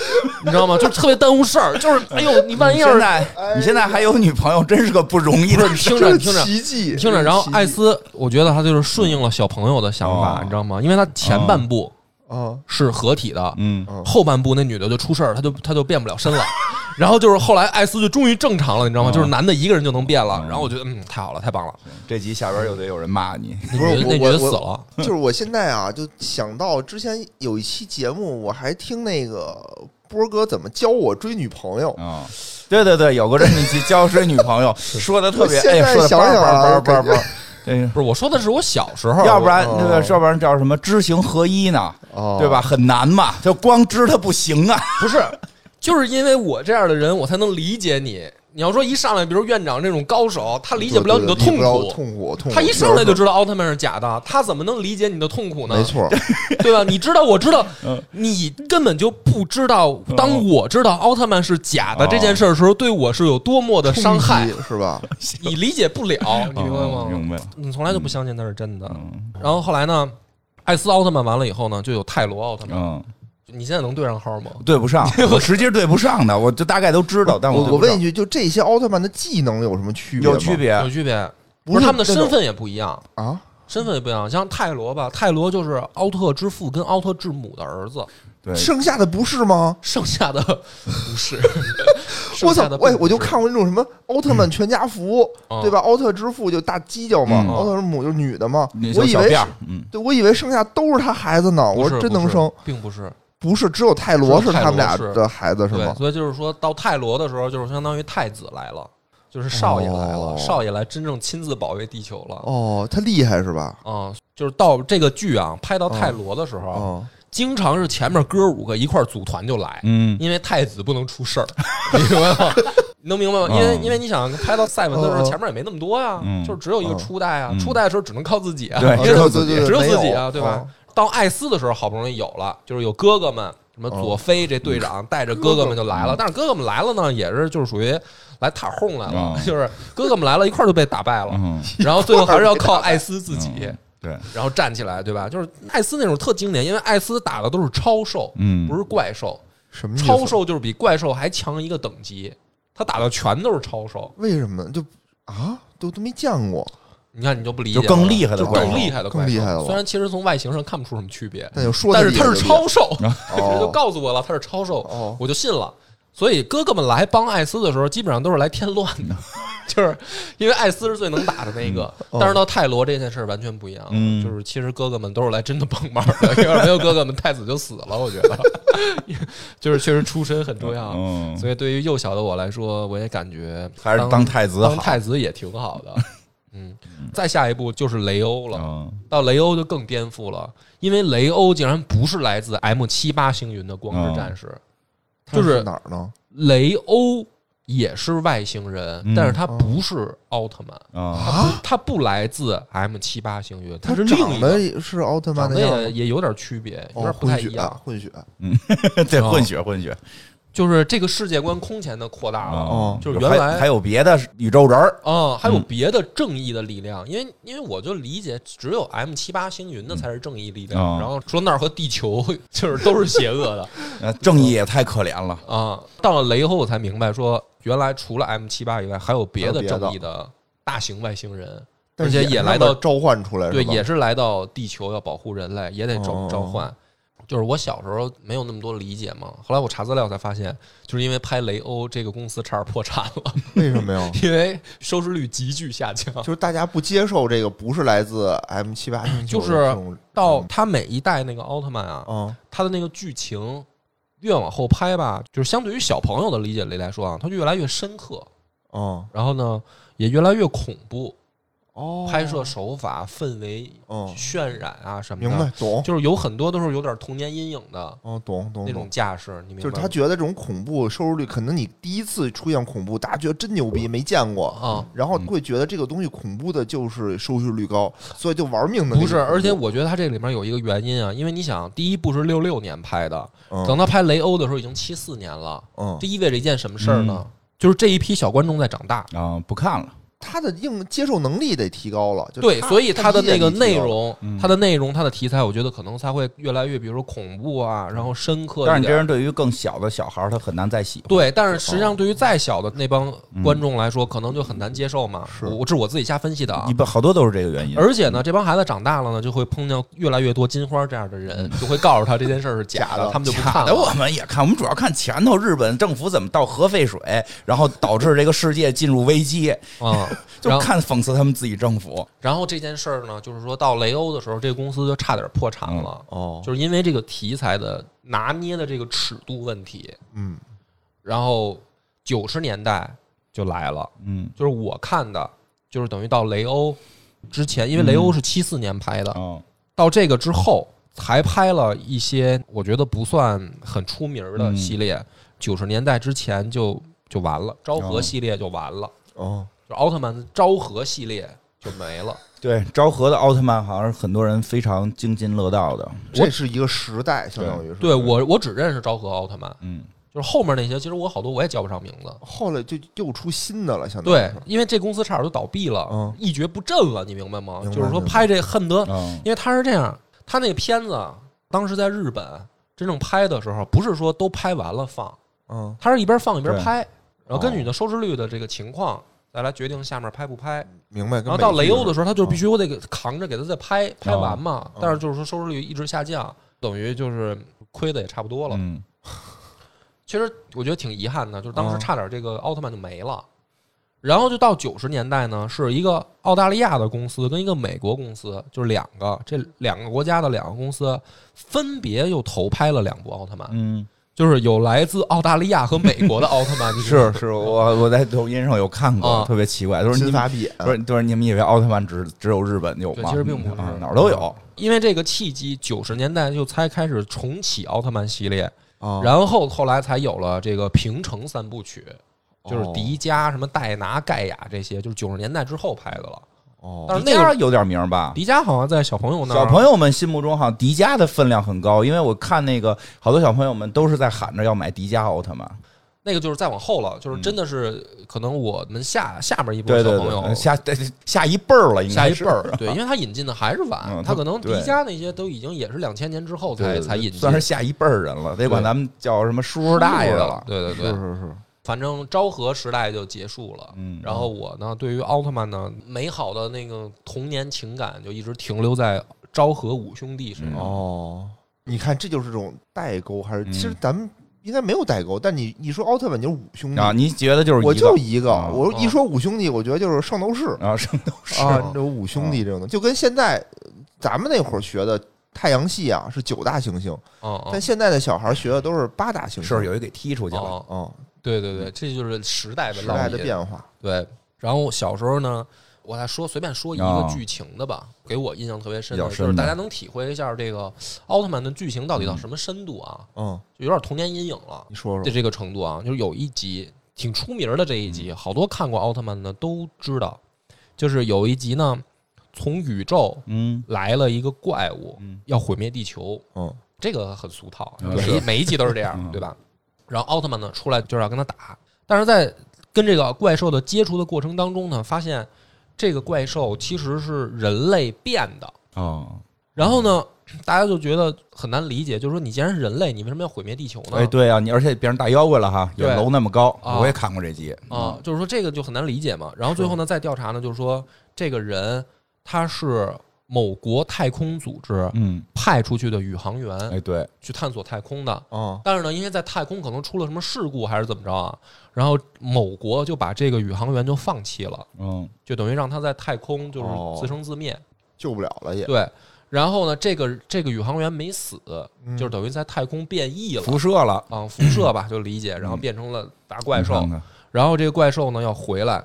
你知道吗？就特别耽误事儿，就是哎呦，你万一
你
要
现
是
哎
在你现在还有女朋友，真是个不容易的
不是
事
听着
这是
听着
奇迹，
听
这
着，
是
然后
奇迹
艾斯，我觉得他就是顺应了小朋友的想
哦，
法你知道吗？因为他前半部
啊，
是合体的，
嗯
嗯
后半部那女的就出事儿，她就她就变不了身了。 <laughs> 然后就是后来艾斯就终于正常了，你知道吗？
哦
就是男的一个人就能变了。
嗯
然后我觉得嗯，太好了，太棒了。
这集下边又得有人骂你，
那
不是
女的那
我
女的死
我
了，
就是我现在啊，就想到之前有一期节目，我还听那个波哥怎么教我追女朋友。
啊、对对对，有个这么一期交谁女朋
<laughs>
友，说的特别，
我现
哎呀，
在
说的
想
叭
想啊
叭叭叭
感觉 <laughs>
叭，对，
不是我说的是我小时候，
要不然
哦
那个，要不然叫什么知行合一呢？
哦
对吧？？很难嘛，就光知它不行啊。
不是，就是因为我这样的人，我才能理解你。你要说一上来，比如院长这种高手，他理解不了你的
对对
痛
理解不
苦
了，痛苦，痛苦。
他一上来就知道奥特曼是假的，他怎么能理解你的痛苦呢？
没，错，
<laughs> 对吧？你知道，我知道
嗯，
你根本就不知道，当我知道奥特曼是假的
哦
这件事儿的时候，对我是有多么的伤害
冲，击是吧？
你理解不了，你明白
哦
吗？
明白了。
你从来就不相信那是真的。
嗯
然后后来呢，艾斯奥特曼完了以后呢，就有泰罗奥特曼。
嗯，
你现在能对上号吗？
<laughs> 对不上，我直接对不上的，我就大概都知道， <laughs> 但
我
对
我
不上
问一句，就这些奥特曼的技能有什么区别？
有区？别
有区别，
不
不是
是
他们的
那
身
种
份也不一样。
啊？
身份也不一样，像泰罗吧，泰罗就是奥特之父跟奥特之母的儿子，
对，
剩下的不是吗？
剩下的不
<laughs>
是。
我
剩
操
下的！
喂，
并不
我就是看过那种什么奥特曼全家福，
嗯
对吧？奥特之父就大犄角嘛
嗯，
奥特之母就是女的嘛
那。
我
小
以
小
为
辫
是
儿，嗯，
对，我以为剩下都是他孩子呢。
不
我
是
说真
不
能
是
生？
并不是，
不是，只有泰罗
只有
是
泰
他们俩
罗是
的孩子是
对，
吗？
所以就是说到泰罗的时候，就是相当于太子来了，就是少爷来了，
哦
少爷来真正亲自保卫地球了。
哦，他厉害是吧？
啊、就是到这个剧啊，拍
嗯
到泰罗的时候，啊
哦，
经常是前面哥五个一块儿组团就来，
嗯，
因为太子不能出事儿，你明白吗？ <laughs> 你能明白吗？因为
嗯
因为你想拍到赛文的时候，
嗯嗯
前面也没那么多呀，
嗯
就是只有一个初代啊，
嗯
初代的时候只能靠自己啊，
哦
对
<laughs> 因为他
只有
自己
只有
没
自己
有
啊，对吧
哦？
到艾斯的时候好不容易有了，就是有哥哥们，什么
嗯
佐菲这队长带着哥哥们就来了，但是哥哥们来了呢，也是就是属于来塔轰来了，
嗯
<laughs> 就是哥哥们来了，一块儿就被打败了，
嗯，
<laughs> 然后最后还是要靠艾斯自己。
嗯对，
<laughs> 然后站起来，对吧？就是艾斯那种特经典，因为艾斯打的都是超兽，
嗯
不是怪兽。
什么意思
超？兽就是比怪兽还强一个等级，他打的全都是超兽。
为什么就啊都都没见过？
你看你就不理解
就
了，
更厉害的
就
怪兽
更，厉害的怪
更厉
兽。
害了
虽然其实从外形上看不出什么区别，
那就说
嗯但
他
是
厉害
他
就是厉
<laughs>
超兽，
害，
这就
哦，
告诉我了，他是超兽，
哦
我就信了。所以哥哥们来帮艾斯的时候，基本上都是来添乱
<laughs>
的，就是因为艾斯是最能打的那
嗯
个。
哦
但是到泰罗这件事儿完全不一样了，
嗯
就是其实哥哥们都是来真的帮忙的， <laughs> 要是没有哥哥们，太子就死了。我觉得， <laughs> 就是确实出身很重要。
嗯，
所以对于幼小的我来说，我也感觉
还是当
当
太子
当
好，
太子也挺好
<laughs>
的。嗯，再下一步就是雷欧了，
嗯
到雷欧就更颠覆了，因为雷欧竟然不是来自 M 七八星云的光之战士，
嗯
他
就是
哪儿呢？
雷欧也是外星人，
嗯
但是他不是奥特曼，
啊，
哦啊，
他不来自 M 七八星云，他是另
长
一个
得，也是奥特曼
长
的
得
样
也
子，
也有点区别，有
哦，
点不
混
太一
血
样。，
混血，
<laughs>
啊
对，混血混血
就是这个世界观空前的扩大了，
哦
就是原来
还还有别的宇宙人儿，
啊、还有
嗯
别的正义的力量，因为因为我就理解，只有 M 七八星云的才是正义力量，
嗯哦
然后除了那儿和地球 <laughs> 就是都是邪恶
<laughs>
的
呃正义也太可怜了，
哦
啊、到了雷后我才明白说，原来除了 M 七八以外，还有别的
还有别的
正义的大型外星人，
但
而且
是
也
他
来
们
到
召唤出来，
对，
是吧
也是来到地球要保护人类，也得召
哦
召唤。就是我小时候没有那么多理解嘛，后来我查资料才发现，就是因为拍雷欧这个公司差点破产了， <laughs>
为什么呀？
因为收视率急剧下降。
就是大家不接受这个不是来自 M 七八星球
就是
的这种
到他每一代那个奥特曼啊，
啊，
他的那个剧情越往后拍吧，就是相对于小朋友的理解力来说啊，它就越来越深刻，
哦
然后呢也越来越恐怖，
哦
拍摄手法、氛围、
哦，
渲染啊什么
明
的，
白懂
就是有很多都是有点童年阴影的
哦，懂懂
那
懂
种，架势，你明
就
白吗？
是他觉得这种恐怖收视率，可能你第一次出现恐怖，大家觉得真牛逼，没见过。
啊。
然后会觉得这个东西恐怖的，就是收视率高，所以就玩命的。
不是，而且我觉得他这里面有一个原因啊，因为你想，第一部是六六年拍的，等
嗯
他拍雷欧的时候已经七四年了，
嗯，
这意味着一件什么事儿呢？就是这一批小观众在长大，
啊，不看了，
他的应接受能力得提高了。就是
对，
他
所以它的
理解
那个
力提高了嗯
内容，它的内容，它的题材，我觉得可能才会越来越，比如说恐怖啊，然后深刻一点。
但是你这人哦对于更小的小孩儿，他很难再喜欢，
对，但是实际上对于再小的那帮
嗯
观众来说，可能就很难接受嘛。
是
我我这是我自己瞎分析的啊
一。般好多都是这个原因，
而且呢，这帮孩子长大了呢，就会碰见越来越多金花这样的人，就会告诉他这件事儿是假
假
的，
的
他们就
<laughs>
不
假
看
的我
了。
们也看，我们主要看前头日本政府怎么倒核废水，然后导致这个世界进入危机，
嗯，
就
然后
看讽刺他们自己政府。
然后这件事儿呢，就是说到雷欧的时候，这个公司就差点破产了，
嗯
哦，
就是因为这个题材的拿捏的这个尺度问题。
嗯，
然后九十年代就来了，
嗯
就是我看的，就是等于到雷欧之前，因为雷
嗯
欧是七四年拍的，
哦，
到这个之后才拍了一些我觉得不算很出名儿
嗯
的系列。九十年代之前就就完了，昭和系列就完了，
哦，
就奥特曼的昭和系列就没
<laughs>
了。
对，昭和的奥特曼好像是很多人非常津津乐道的。
这是一个时代，相当于是。
对我，我只认识昭和奥特曼，
嗯，
就是后面那些，其实我好多我也叫不上名字。
后来就又出新的了，相当于
对
是，
因为这公司差点就倒闭了，
嗯
一蹶不振了，你明白吗？
明白
就是说
明白嗯
拍这恨不得，
哦，
因为他是这样，他那个片子啊当时在日本真正拍的时候，不是说都拍完了放，
嗯，
他是一边放一边拍，然后
哦
根据你的收视率的这个情况。再来决定下面拍不拍，
明白。跟
然后到
美
雷
剧
欧的
似
时候，他就必须我得给扛着给他再拍拍完嘛。
哦
但是就是说收视率一直下降，等于就是亏的也差不多了。
嗯，
其实我觉得挺遗憾的，就是当时
嗯
差点这个奥特曼就没了。然后就到九十年代呢，是一个澳大利亚的公司跟一个美国公司，就是两个这两个国家的两个公司分别又投拍了两部奥特曼，
嗯，
就是有来自澳大利亚和美国的奥特
<laughs>
曼。你知
是
道吗
是，我我在抖音上有看过
啊，
特别奇怪，都
的
是你
金
们
发碧眼，
不是都是你们以为奥特曼只只有日本有
对
吗？
其实并不是
啊哪儿都有。
因为这个契机，九十年代就才开始重启奥特曼系列，
哦
啊
然后后来才有了这个平成三部曲，就是
哦
迪迦、什么戴拿、盖亚这些，就是九十年代之后拍的了。哦
迪
但是那
迦
个
有点名儿吧？
迪迦好像在小朋友那儿，
啊小朋友们心目中好像迪迦的分量很高，因为我看那个好多小朋友们都是在喊着要买迪迦奥特曼。
那个就是再往后了，就是真的是可能我们下下面一波
对
小
对
朋友
对，下对下呃一辈儿了，应
下
该
一
是
辈儿，对，因为他引进的还是晚，
嗯
他可能迪
对
迦那些都已经也是两千年之后
对对
才
对
才引进，
算是下一辈儿人了，得管
对
咱们叫什么叔叔大爷了。
对对
是
对，
是是，
反正昭和时代就结束了。
嗯
然后我呢，对于奥特曼呢，美好的那个童年情感就一直停留在昭和五兄弟身
嗯
上。
哦，你看这就是这种代沟，还是
嗯
其实咱们应该没有代沟，但你一说奥特曼就是五兄弟
嗯
啊，，你觉得就是
我
一
就
个
一个，
啊
我一
啊
说五兄弟，我觉得就是圣斗士
啊，什么都 <laughs> 是
啊，这种五兄弟这种的，就跟现在呃咱们那会儿学的太阳系啊是九大行星，
嗯
但
嗯，
现在的小孩学的都是八大行星，
是有一给踢出去了。
哦，
嗯
对对对，这就是时代的
时
烙
代的
印
变化，
对，然后小时候呢，我再说随便说一个
啊
剧情的吧，给我印象特别深
比
的，
较
就
深
是
的
大家能体会一下这个奥特曼的剧情到底到什么深度啊，
嗯，
就有点童年阴影了
你说
的
说，
这个程度啊。就是有一集挺出名的这一
嗯
集，好多看过奥特曼的都知道，就是有一集呢，从宇宙
嗯
来了一个怪物，
嗯
要毁灭地球，
嗯
这个很俗套，
嗯
每一每一集都是这样，
嗯
对吧？然后奥特曼呢出来就是要跟他打，但是在跟这个怪兽的接触的过程当中呢，发现这个怪兽其实是人类变的。
哦，
然后呢，大家就觉得很难理解，就是说你既然是人类，你为什么要毁灭地球呢？
哎，对啊，你而且变成大妖怪了哈，有
对
楼那么高，
啊
我也看过这集
啊，，就是说这个就很难理解嘛。然后最后呢，再调查呢，就是说这个人他是某国太空组织
嗯，
派出去的宇航员
哎对，
去探索太空的。
嗯
但是呢，因为在太空可能出了什么事故还是怎么着啊，然后某国就把这个宇航员就放弃了，
嗯
就等于让他在太空就是
哦
自生自灭。
救不了了也，
对，然后呢，这个这个宇航员没死，
嗯
就是等于在太空变异了。
辐射了，
啊，辐射吧，就理解，
嗯
然后变成了大怪兽
你看，看
然后这个怪兽呢要回来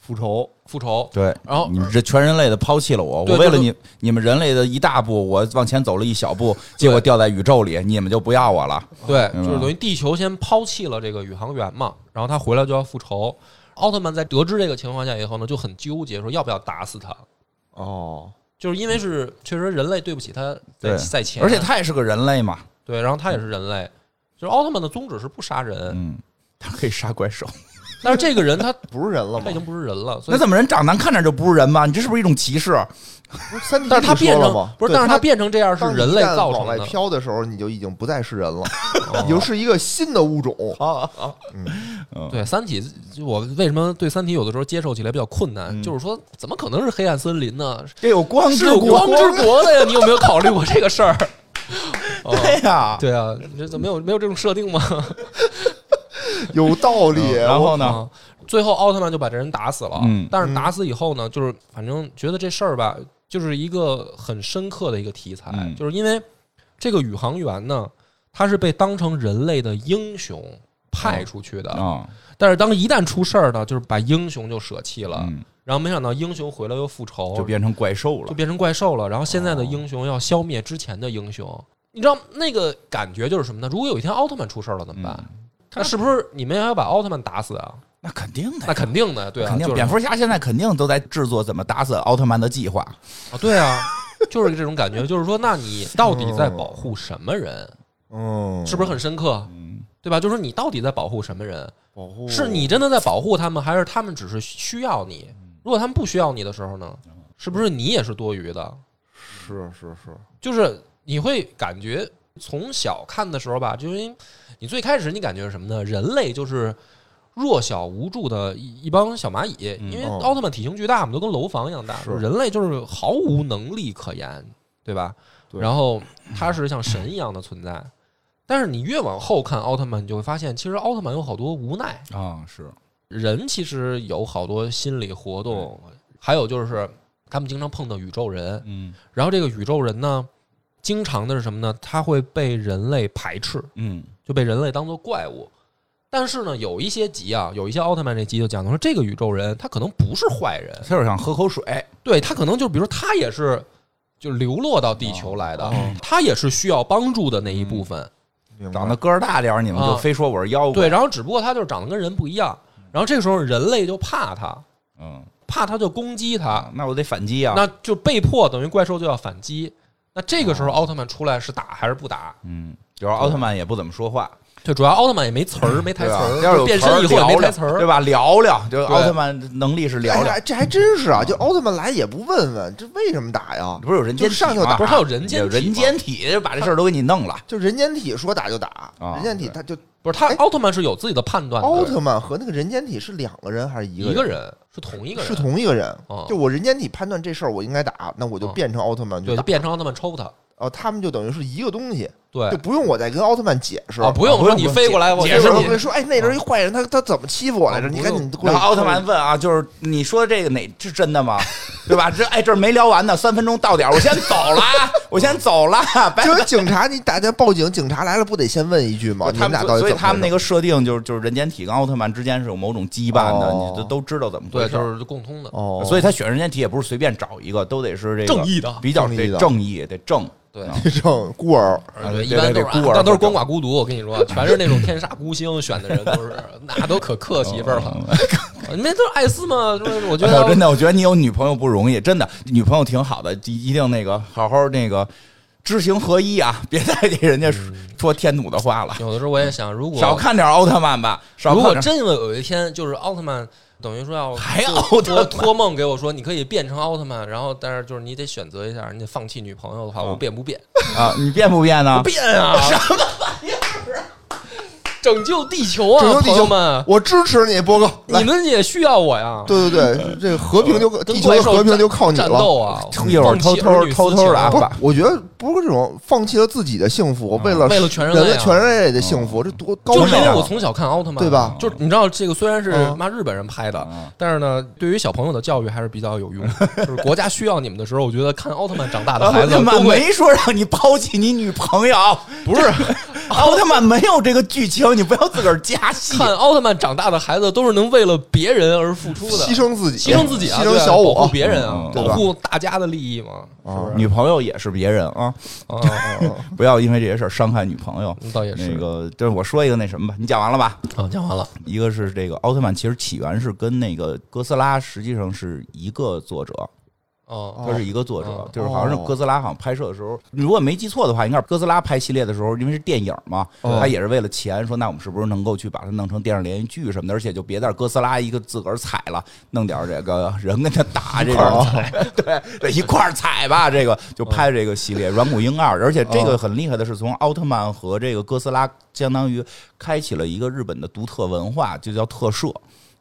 复仇，嗯
复仇，
对，
然后
你们这全人类的抛弃了我，
对
我为
就
了
是
你你们人类的一大步，我往前走了一小步，结果掉在宇宙里，你们就不要我了。
对，
明白
嗯
就是等于地球先抛弃了这个宇航员嘛，然后他回来就要复仇。奥特曼在得知这个情况下以后呢，就很纠结，说要不要打死他。
哦，
就是因为是确实人类对不起他在
对
在前，
而且他也是个人类嘛，
对，然后他也是人类，就是奥特曼的宗旨是不杀人，
嗯，他可以杀怪兽，
但是这个人他
不是人了
他
吗
已？经不是人了，所
那
以
怎么人长难看点就不是人吗？你这是不是一种歧视？
不是三 D
但是他
里说
变
了
成
吗？
不是，
对
但是
他
他变成这样是
当你
人
一
类
旦
造
往
成
外
的，
飘的时候，你就已经不再是人了，
哦
你就是一个新的物种。
啊，
对《三体》，就我为什么对《三体》有的时候接受起来比较困难，
嗯
就是说怎么可能是黑暗森林呢？
这有光
是
之
有
国，
光之国的呀，你有没有考虑过这个事儿？哦
对呀，
对啊，这怎么没有没有这种设定吗？
有道理。
嗯然后呢？
啊，最后奥特曼就把这人打死了。
嗯
但是打死以后呢，就是反正觉得这事儿吧，就是一个很深刻的一个题材，
嗯
就是因为这个宇航员呢，他是被当成人类的英雄派出去的，
啊，
但是当一旦出事儿呢，就是把英雄就舍弃了，
嗯，
然后没想到英雄回来又复仇，
就变成怪兽
就
了，哦
变成怪兽了。然后现在的英雄要消灭之前的英雄，你知道那个感觉就是什么呢？如果有一天奥特曼出事儿了怎么办？
嗯
那是不是你们要把奥特曼打死啊？
那肯定的
那
呀。
肯定的，对啊，
肯定，
就是
蝙蝠侠现在肯定都在制作怎么打死奥特曼的计划。
啊，对啊，就是这种感觉，就是说，那你到底在保护什么人？
嗯，
是不是很深刻？
嗯，
对吧？就是说你到底在保护什么人？
保
哦
护？
是你真的在保护他们，还是他们只是需要你？如果他们不需要你的时候呢？是不是你也是多余的？
是是是，
就是你会感觉从小看的时候吧，就因为你最开始你感觉是什么呢？人类就是弱小无助的一一帮小蚂蚁，
嗯
因为
哦
奥特曼体型巨大嘛，都跟楼房一样大，
是
人类就是毫无能力可言，对吧？
对
然后他是像神一样的存在，但是你越往后看奥特曼，你就会发现，其实奥特曼有好多无奈，
啊，是，
人其实有好多心理活动，还有就是他们经常碰到宇宙人，
嗯
然后这个宇宙人呢，经常的是什么呢？他会被人类排斥，
嗯
就被人类当做怪物。但是呢，有一些集啊，有一些奥特曼这集就讲到说，这个宇宙人他可能不是坏人，哎
他就是想喝口水，
对他可能就比如说他也是就流落到地球来的，他也是需要帮助的那一部分。
明白
长得个儿大点儿，你们就
啊
非说我是妖怪。
对，然后只不过他就是长得跟人不一样，然后这个时候人类就怕他，
嗯，
怕他就攻击他，
啊，那我得反击啊！
那就被迫等于怪兽就要反击。那这个时候奥特曼出来是打还是不打？
嗯，主要奥特曼也不怎么说话，
就主要奥特曼也没词儿，没台
对
词
吧？
儿，
要是
就
有
变
词儿
身以后也没
聊
台
聊，
词儿
对。吧？聊聊，就
对
奥特曼能力是聊聊
哎，这还真是啊！就奥特曼来也不问问，这为什么打呀？
不是有人间体
就上就
吗
打
不是还有人间
有
体
人
吗
间体就把这事儿都给你弄了，
就人间体说打就打，
啊
人间体他就
不是他
哎
奥特曼是有自己的判断
奥
的，
特曼和那个人间体是两个人还是一个
一
人？
个人是同一个人，
是同一个人
哦。
就我人间体判断这事儿我应该打，那我就
哦
变成奥特曼去
对，就
打。
变成奥特曼抽他，
哦，他们就等于是一个东西，
对
就不用我再跟奥特曼解释
啊，不用
不
说
用
你
不用
飞过来，我
解释
我
你
我跟说，哎，那人一坏人，他他怎么欺负我来着？
啊
你
不
赶
用
紧过
然
去。
后奥特曼问啊，就是你说这个哪是真的吗？ <laughs> 对吧？这哎，这儿没聊完呢，三分钟到点儿，我先走了啊，我先走了，拜 <laughs>
就是警察，你打电话报警，警察来了不得先问一句吗？你
他
们俩
们
到
所
底
以
怎么
他们那
回事？
个设定就是就是人间体跟奥特曼之间是有某种羁绊的，
哦
你都都知道怎么
对，
回事儿。
就是共通的，
哦，
所以他选人间体也不是随便找一个，都得是这个
正义的
比较
正义
得
的
正义得正。
对
啊
<laughs> 这种孤儿，
啊
对，
对
一般都
对
是
对孤儿
那都是
或者
光寡孤独。我跟你说，全是那种天煞孤星选的人，都是那都可
<laughs>
克媳妇儿
嗯
了。你们都是艾斯嘛？就是我觉
哦哎呦真
得
的，我觉得你有女朋友不容易，真的，女朋友挺好的，一一定那个好好那个知行合一啊，别再给人家说说天怒的话了。
有的时候嗯我也想，如果
少看点奥特曼吧，少
如
看
果
点
真的有一天，就是奥特曼等于说要
还
做
奥特
托
曼
托梦给我说，你可以变成奥特曼，然后但是就是你得选择一下，你得放弃女朋友的话，
嗯
我变不变？
啊，你变不变呢？
变啊！什么玩意儿？啊拯救地球啊，
拯救地
朋友
球
们！
我支持你，波哥。来
你们也需要我呀！
对对
呃
对，这个和平就
跟
地球
怪
的
兽
和平
战
就靠你
战
了。
斗啊！
一会儿偷偷偷偷的啊
不是
爸，
我觉得不是这种放弃了自己的幸
哦
福，为了
为了全人
人
类
类
啊
全人类的幸福，这多高
就是
尚
因为我
啊！
从小看奥特曼，
对吧
就是你知道这个虽然是
嗯
骂日本人拍的，
嗯
但是呢，对于小朋友的教育还是比较有用的。就是国家需要你们的时候，我觉得看奥特曼长大的
奥
孩子
特
都
曼
会
没说让你抛弃你女朋友，
不是
奥特曼没有这个剧情，你不要自个儿加戏。
看奥特曼长大的孩子都是能为了别人而付出的，
牺牲自己，
牺牲自己啊，
牺
对
牲
啊
小
保
我啊
护，别人啊
嗯，
保
对吧
护大家的利益嘛，是不是？
女朋友也是别人啊，
啊，
不要因为这些事儿伤害女朋友。
嗯倒也是
那个，就是我说一个那什么吧，你讲完了吧？
啊，讲完了，
一个是这个奥特曼，其实起源是跟那个哥斯拉实际上是一个作者，
哦，
它是一个作者
哦，
就是好像是
哦
哥斯拉，好像拍摄的时候，如果没记错的话，应该是哥斯拉拍系列的时候，因为是电影嘛，
哦
他也是为了钱，说那我们是不是能够去把它弄成电视连续剧什么的，而且就别在哥斯拉一个自个儿踩了，弄点这个人跟他打这
哦
种，对，这一块儿踩吧，这个就拍这个系列《软骨鹰二》，而且这
哦
个很厉害的是，从奥特曼和这个哥斯拉相当于开启了一个日本的独特文化，就叫特摄，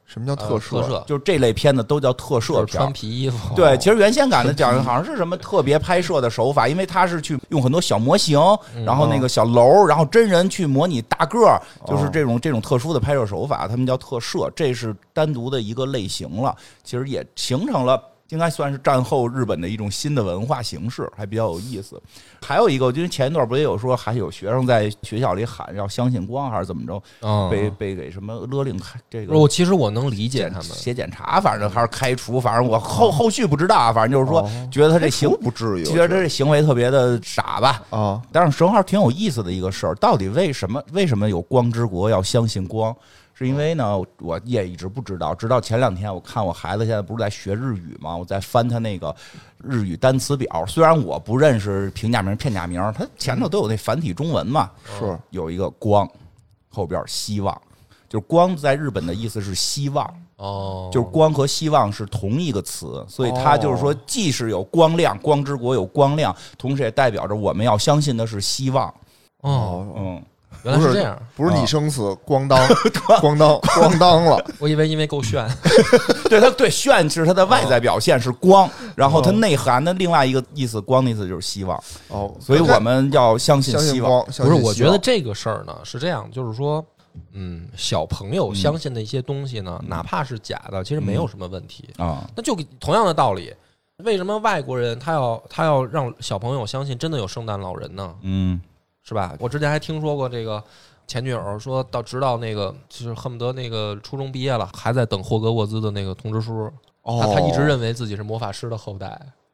什么叫特
摄，啊呃特摄，
就是这类片子都叫特摄
就是
片
穿
儿。
皮衣服，
对，其实原先赶的讲的好像是什么特别拍摄的手法，因为他是去用很多小模型，然后那个小楼，然后真人去模拟大个儿，就是这种这种特殊的拍摄手法，他们叫特摄，这是单独的一个类型了。其实也形成了。应该算是战后日本的一种新的文化形式，还比较有意思。还有一个，我觉得前一段不也有说，还有学生在学校里喊要相信光，还是怎么着，
嗯，
被被给什么勒令开这个
我其实我能理解
检
他们，
写检查，反正还是开除，反正我后后续不知道啊，反正就是说
哦
觉得他这行
不，不至于，
觉得他这行为特别的傻吧。
啊，
但是正好挺有意思的一个事儿，到底为什么为什么有光之国要相信光？是因为呢，我也一直不知道，直到前两天我看我孩子现在不是在学日语嘛，我在翻他那个日语单词表，虽然我不认识平假名、片假名，它前头都有那繁体中文嘛，
嗯
是
有一个光，后边儿希望，就是光在日本的意思是希望。
哦，
就是光和希望是同一个词，所以它就是
哦
说，既是有光亮，光之国有光亮，同时也代表着我们要相信的是希望。
哦，
嗯，
原来是这样，
不是
啊
拟声词，咣
<laughs>
当咣当咣当了，
我以为因为够炫，
对，它对炫是它的外在表现是光，然后它内涵的另外一个意思，光的意思就是希望，
哦，
所以我们要相信
相
希
信
望。
光，相
不是，
信
我
希
觉得
望
这个事儿呢是这样，就是说，嗯，小朋友相信的一些东西呢，哪怕是假的，其实没有什么问题。
啊，
那就同样的道理，为什么外国人他要他要让小朋友相信真的有圣诞老人呢？
嗯，
是吧？我之前还听说过这个。前女友说到，直到那个就是恨不得那个初中毕业了，还在等霍格沃兹的那个通知书。
哦
哦
他他一直认为自己是魔法师的后代， <laughs>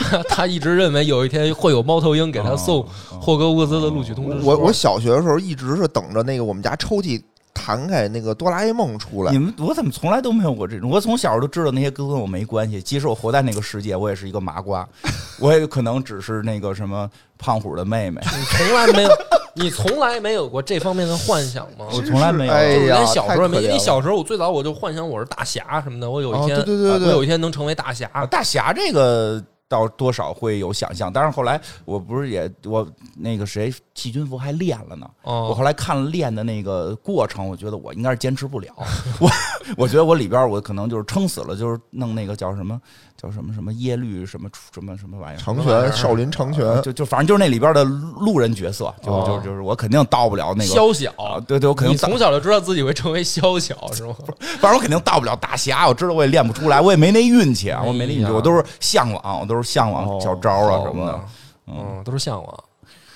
他他一直认为有一天会有猫头鹰给他送霍格沃兹的录取通知书。
我我小学的时候一直是等着那个我们家抽屉弹开那个哆啦 A 梦出来
你。们我怎么从来都没有过这种？我从小就知道那些跟我没关系。即使我活在那个世界，我也是一个麻瓜， <laughs> 我也可能只是那个什么胖虎的妹妹。
你从来没有，你从来没有过这方面的幻想吗？
我从来没有
哎
就是
呀，
连小时候也没，
太可
因
怜
为
了
小时候我最早我就幻想我是大侠什么的，我有一天，啊
哦对对对对
我有一天能成为大侠。
啊，大侠这个倒多少会有想象，但是后来我不是也我那个谁细菌服还练了呢。我
哦，
后来看了练的那个过程，我觉得我应该是坚持不了。 <laughs> 我我觉得我里边我可能就是撑死了，就是弄那个叫什么叫什么什么耶律什么什么什么玩意儿。
成全少林成全，
就就反正就是那里边的路人角色，就就
哦
就是我肯定到不了那个，
宵小，
啊对对，我肯定
你
到
从，小就知道自己会成为宵小是吗？
反正我肯定到不了大侠，我知道我也练不出来，我也没那运气啊，我没那运
哎
气，
呀
我都是向往，我都是向往
哦
小招啊什么的，
嗯，都是向往。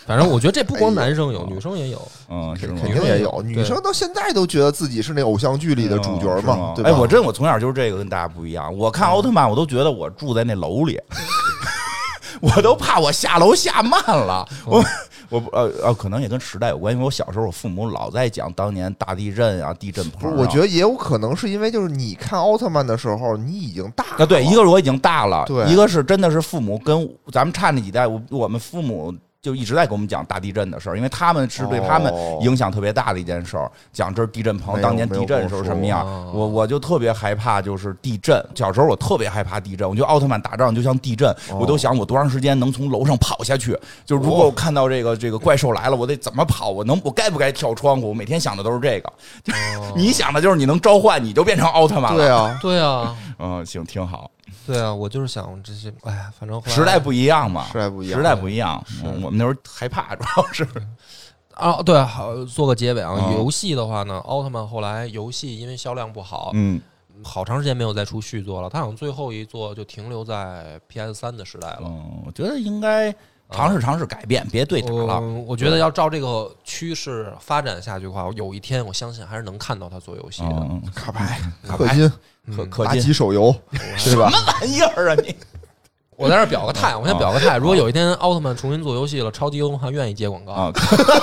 反正我觉得这不光男生
哦
有，
哎呦
女生也有。
嗯，是吗
肯定也有。女生到现在都觉得自己是那偶像剧里的主角
是
嘛
吗，
对吧？
哎，我真我从小就是这个，跟大家不一样。我看奥特曼，我都觉得我住在那楼
<laughs>
里，我都怕我下楼下慢了。
嗯
我我不呃呃，可能也跟时代有关，因为我小时候我父母老在讲当年大地震啊、地震
不
波
是，
啊。
我觉得也有可能是因为就是你看奥特曼的时候，你已经大
啊，对，
了
一个是我已经大了，
对
一个是真的是父母跟咱们差那几代，我我们父母就一直在给我们讲大地震的事儿，因为他们是对他们
哦
影响特别大的一件事儿，讲这是地震棚
没有
当年地震的时候什么样
没有跟我说，过
我我就特别害怕就是地震。小时候我特别害怕地震，我觉得奥特曼打仗就像地震，
哦
我都想我多长时间能从楼上跑下去。就如果我看到这个这个怪兽来了，我得怎么跑？我能我该不该跳窗户？我每天想的都是这个。 <laughs> 你想的就是你能召唤，你就变成奥特曼了。
哦对啊，
对
<laughs>
啊，
嗯，行，挺好。
对啊，我就是想这些，哎呀，反正后来
时代不一样嘛，
时代不一样
时代不一样。嗯我们那时候害怕，主要是
啊，对，好做个结尾啊。
嗯
游戏的话呢，奥特曼后来游戏因为销量不好，
嗯
好长时间没有再出续作了。他好像最后一作就停留在 PS 三的时代了。
嗯，我觉得应该尝试尝试改变，别对打了。
嗯，我觉得要照这个趋势发展下去的话，有一天我相信还是能看到他做游戏的。
嗯，
卡牌、
卡
氪
牌
金、
嗯
氪
垃
氪金
圾手
<laughs>
游，对吧？
玩意儿啊
<laughs>
你！
我在这儿表个
嗯
态，我先表个
哦
态。如果有一天奥特曼重新做游戏了，超级英雄还愿意接广告。
啊， <laughs>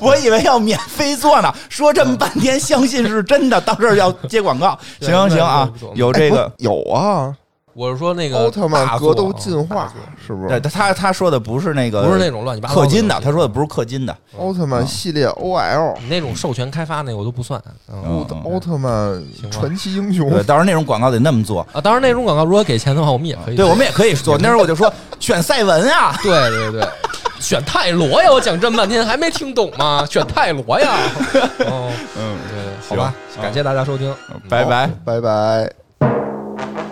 我以为要免费做呢，说这么半天，相信是真的，到这儿要接广告。
嗯 <laughs> 对
行行
那
啊
那不错，
有这个。
有啊，
我是说那个
奥特曼
大
格
作
斗
啊
进
大
化
作
是嗯不
对
是？
他他他说的不是那个
不是那种乱七八糟
呃氪金的，
东西
他说的不是氪金的。
奥特曼系列 OL，
你那种授权开发那个我都不算。嗯
嗯
奥特曼
行吧
传奇英
哦
雄，
对，到时候那种广告得那么做。
啊，当然那种广告如果给钱的话，我们也可以
对，
做。
我们也可以
<laughs>
做。那时候我就说选赛文啊，
对对对， <laughs> 选泰罗呀！我讲这么半天还没听懂吗？选泰罗 <laughs> 呀！哦，
嗯，
对，好吧，
行
感谢大家收听。
拜拜。
拜拜。
拜拜。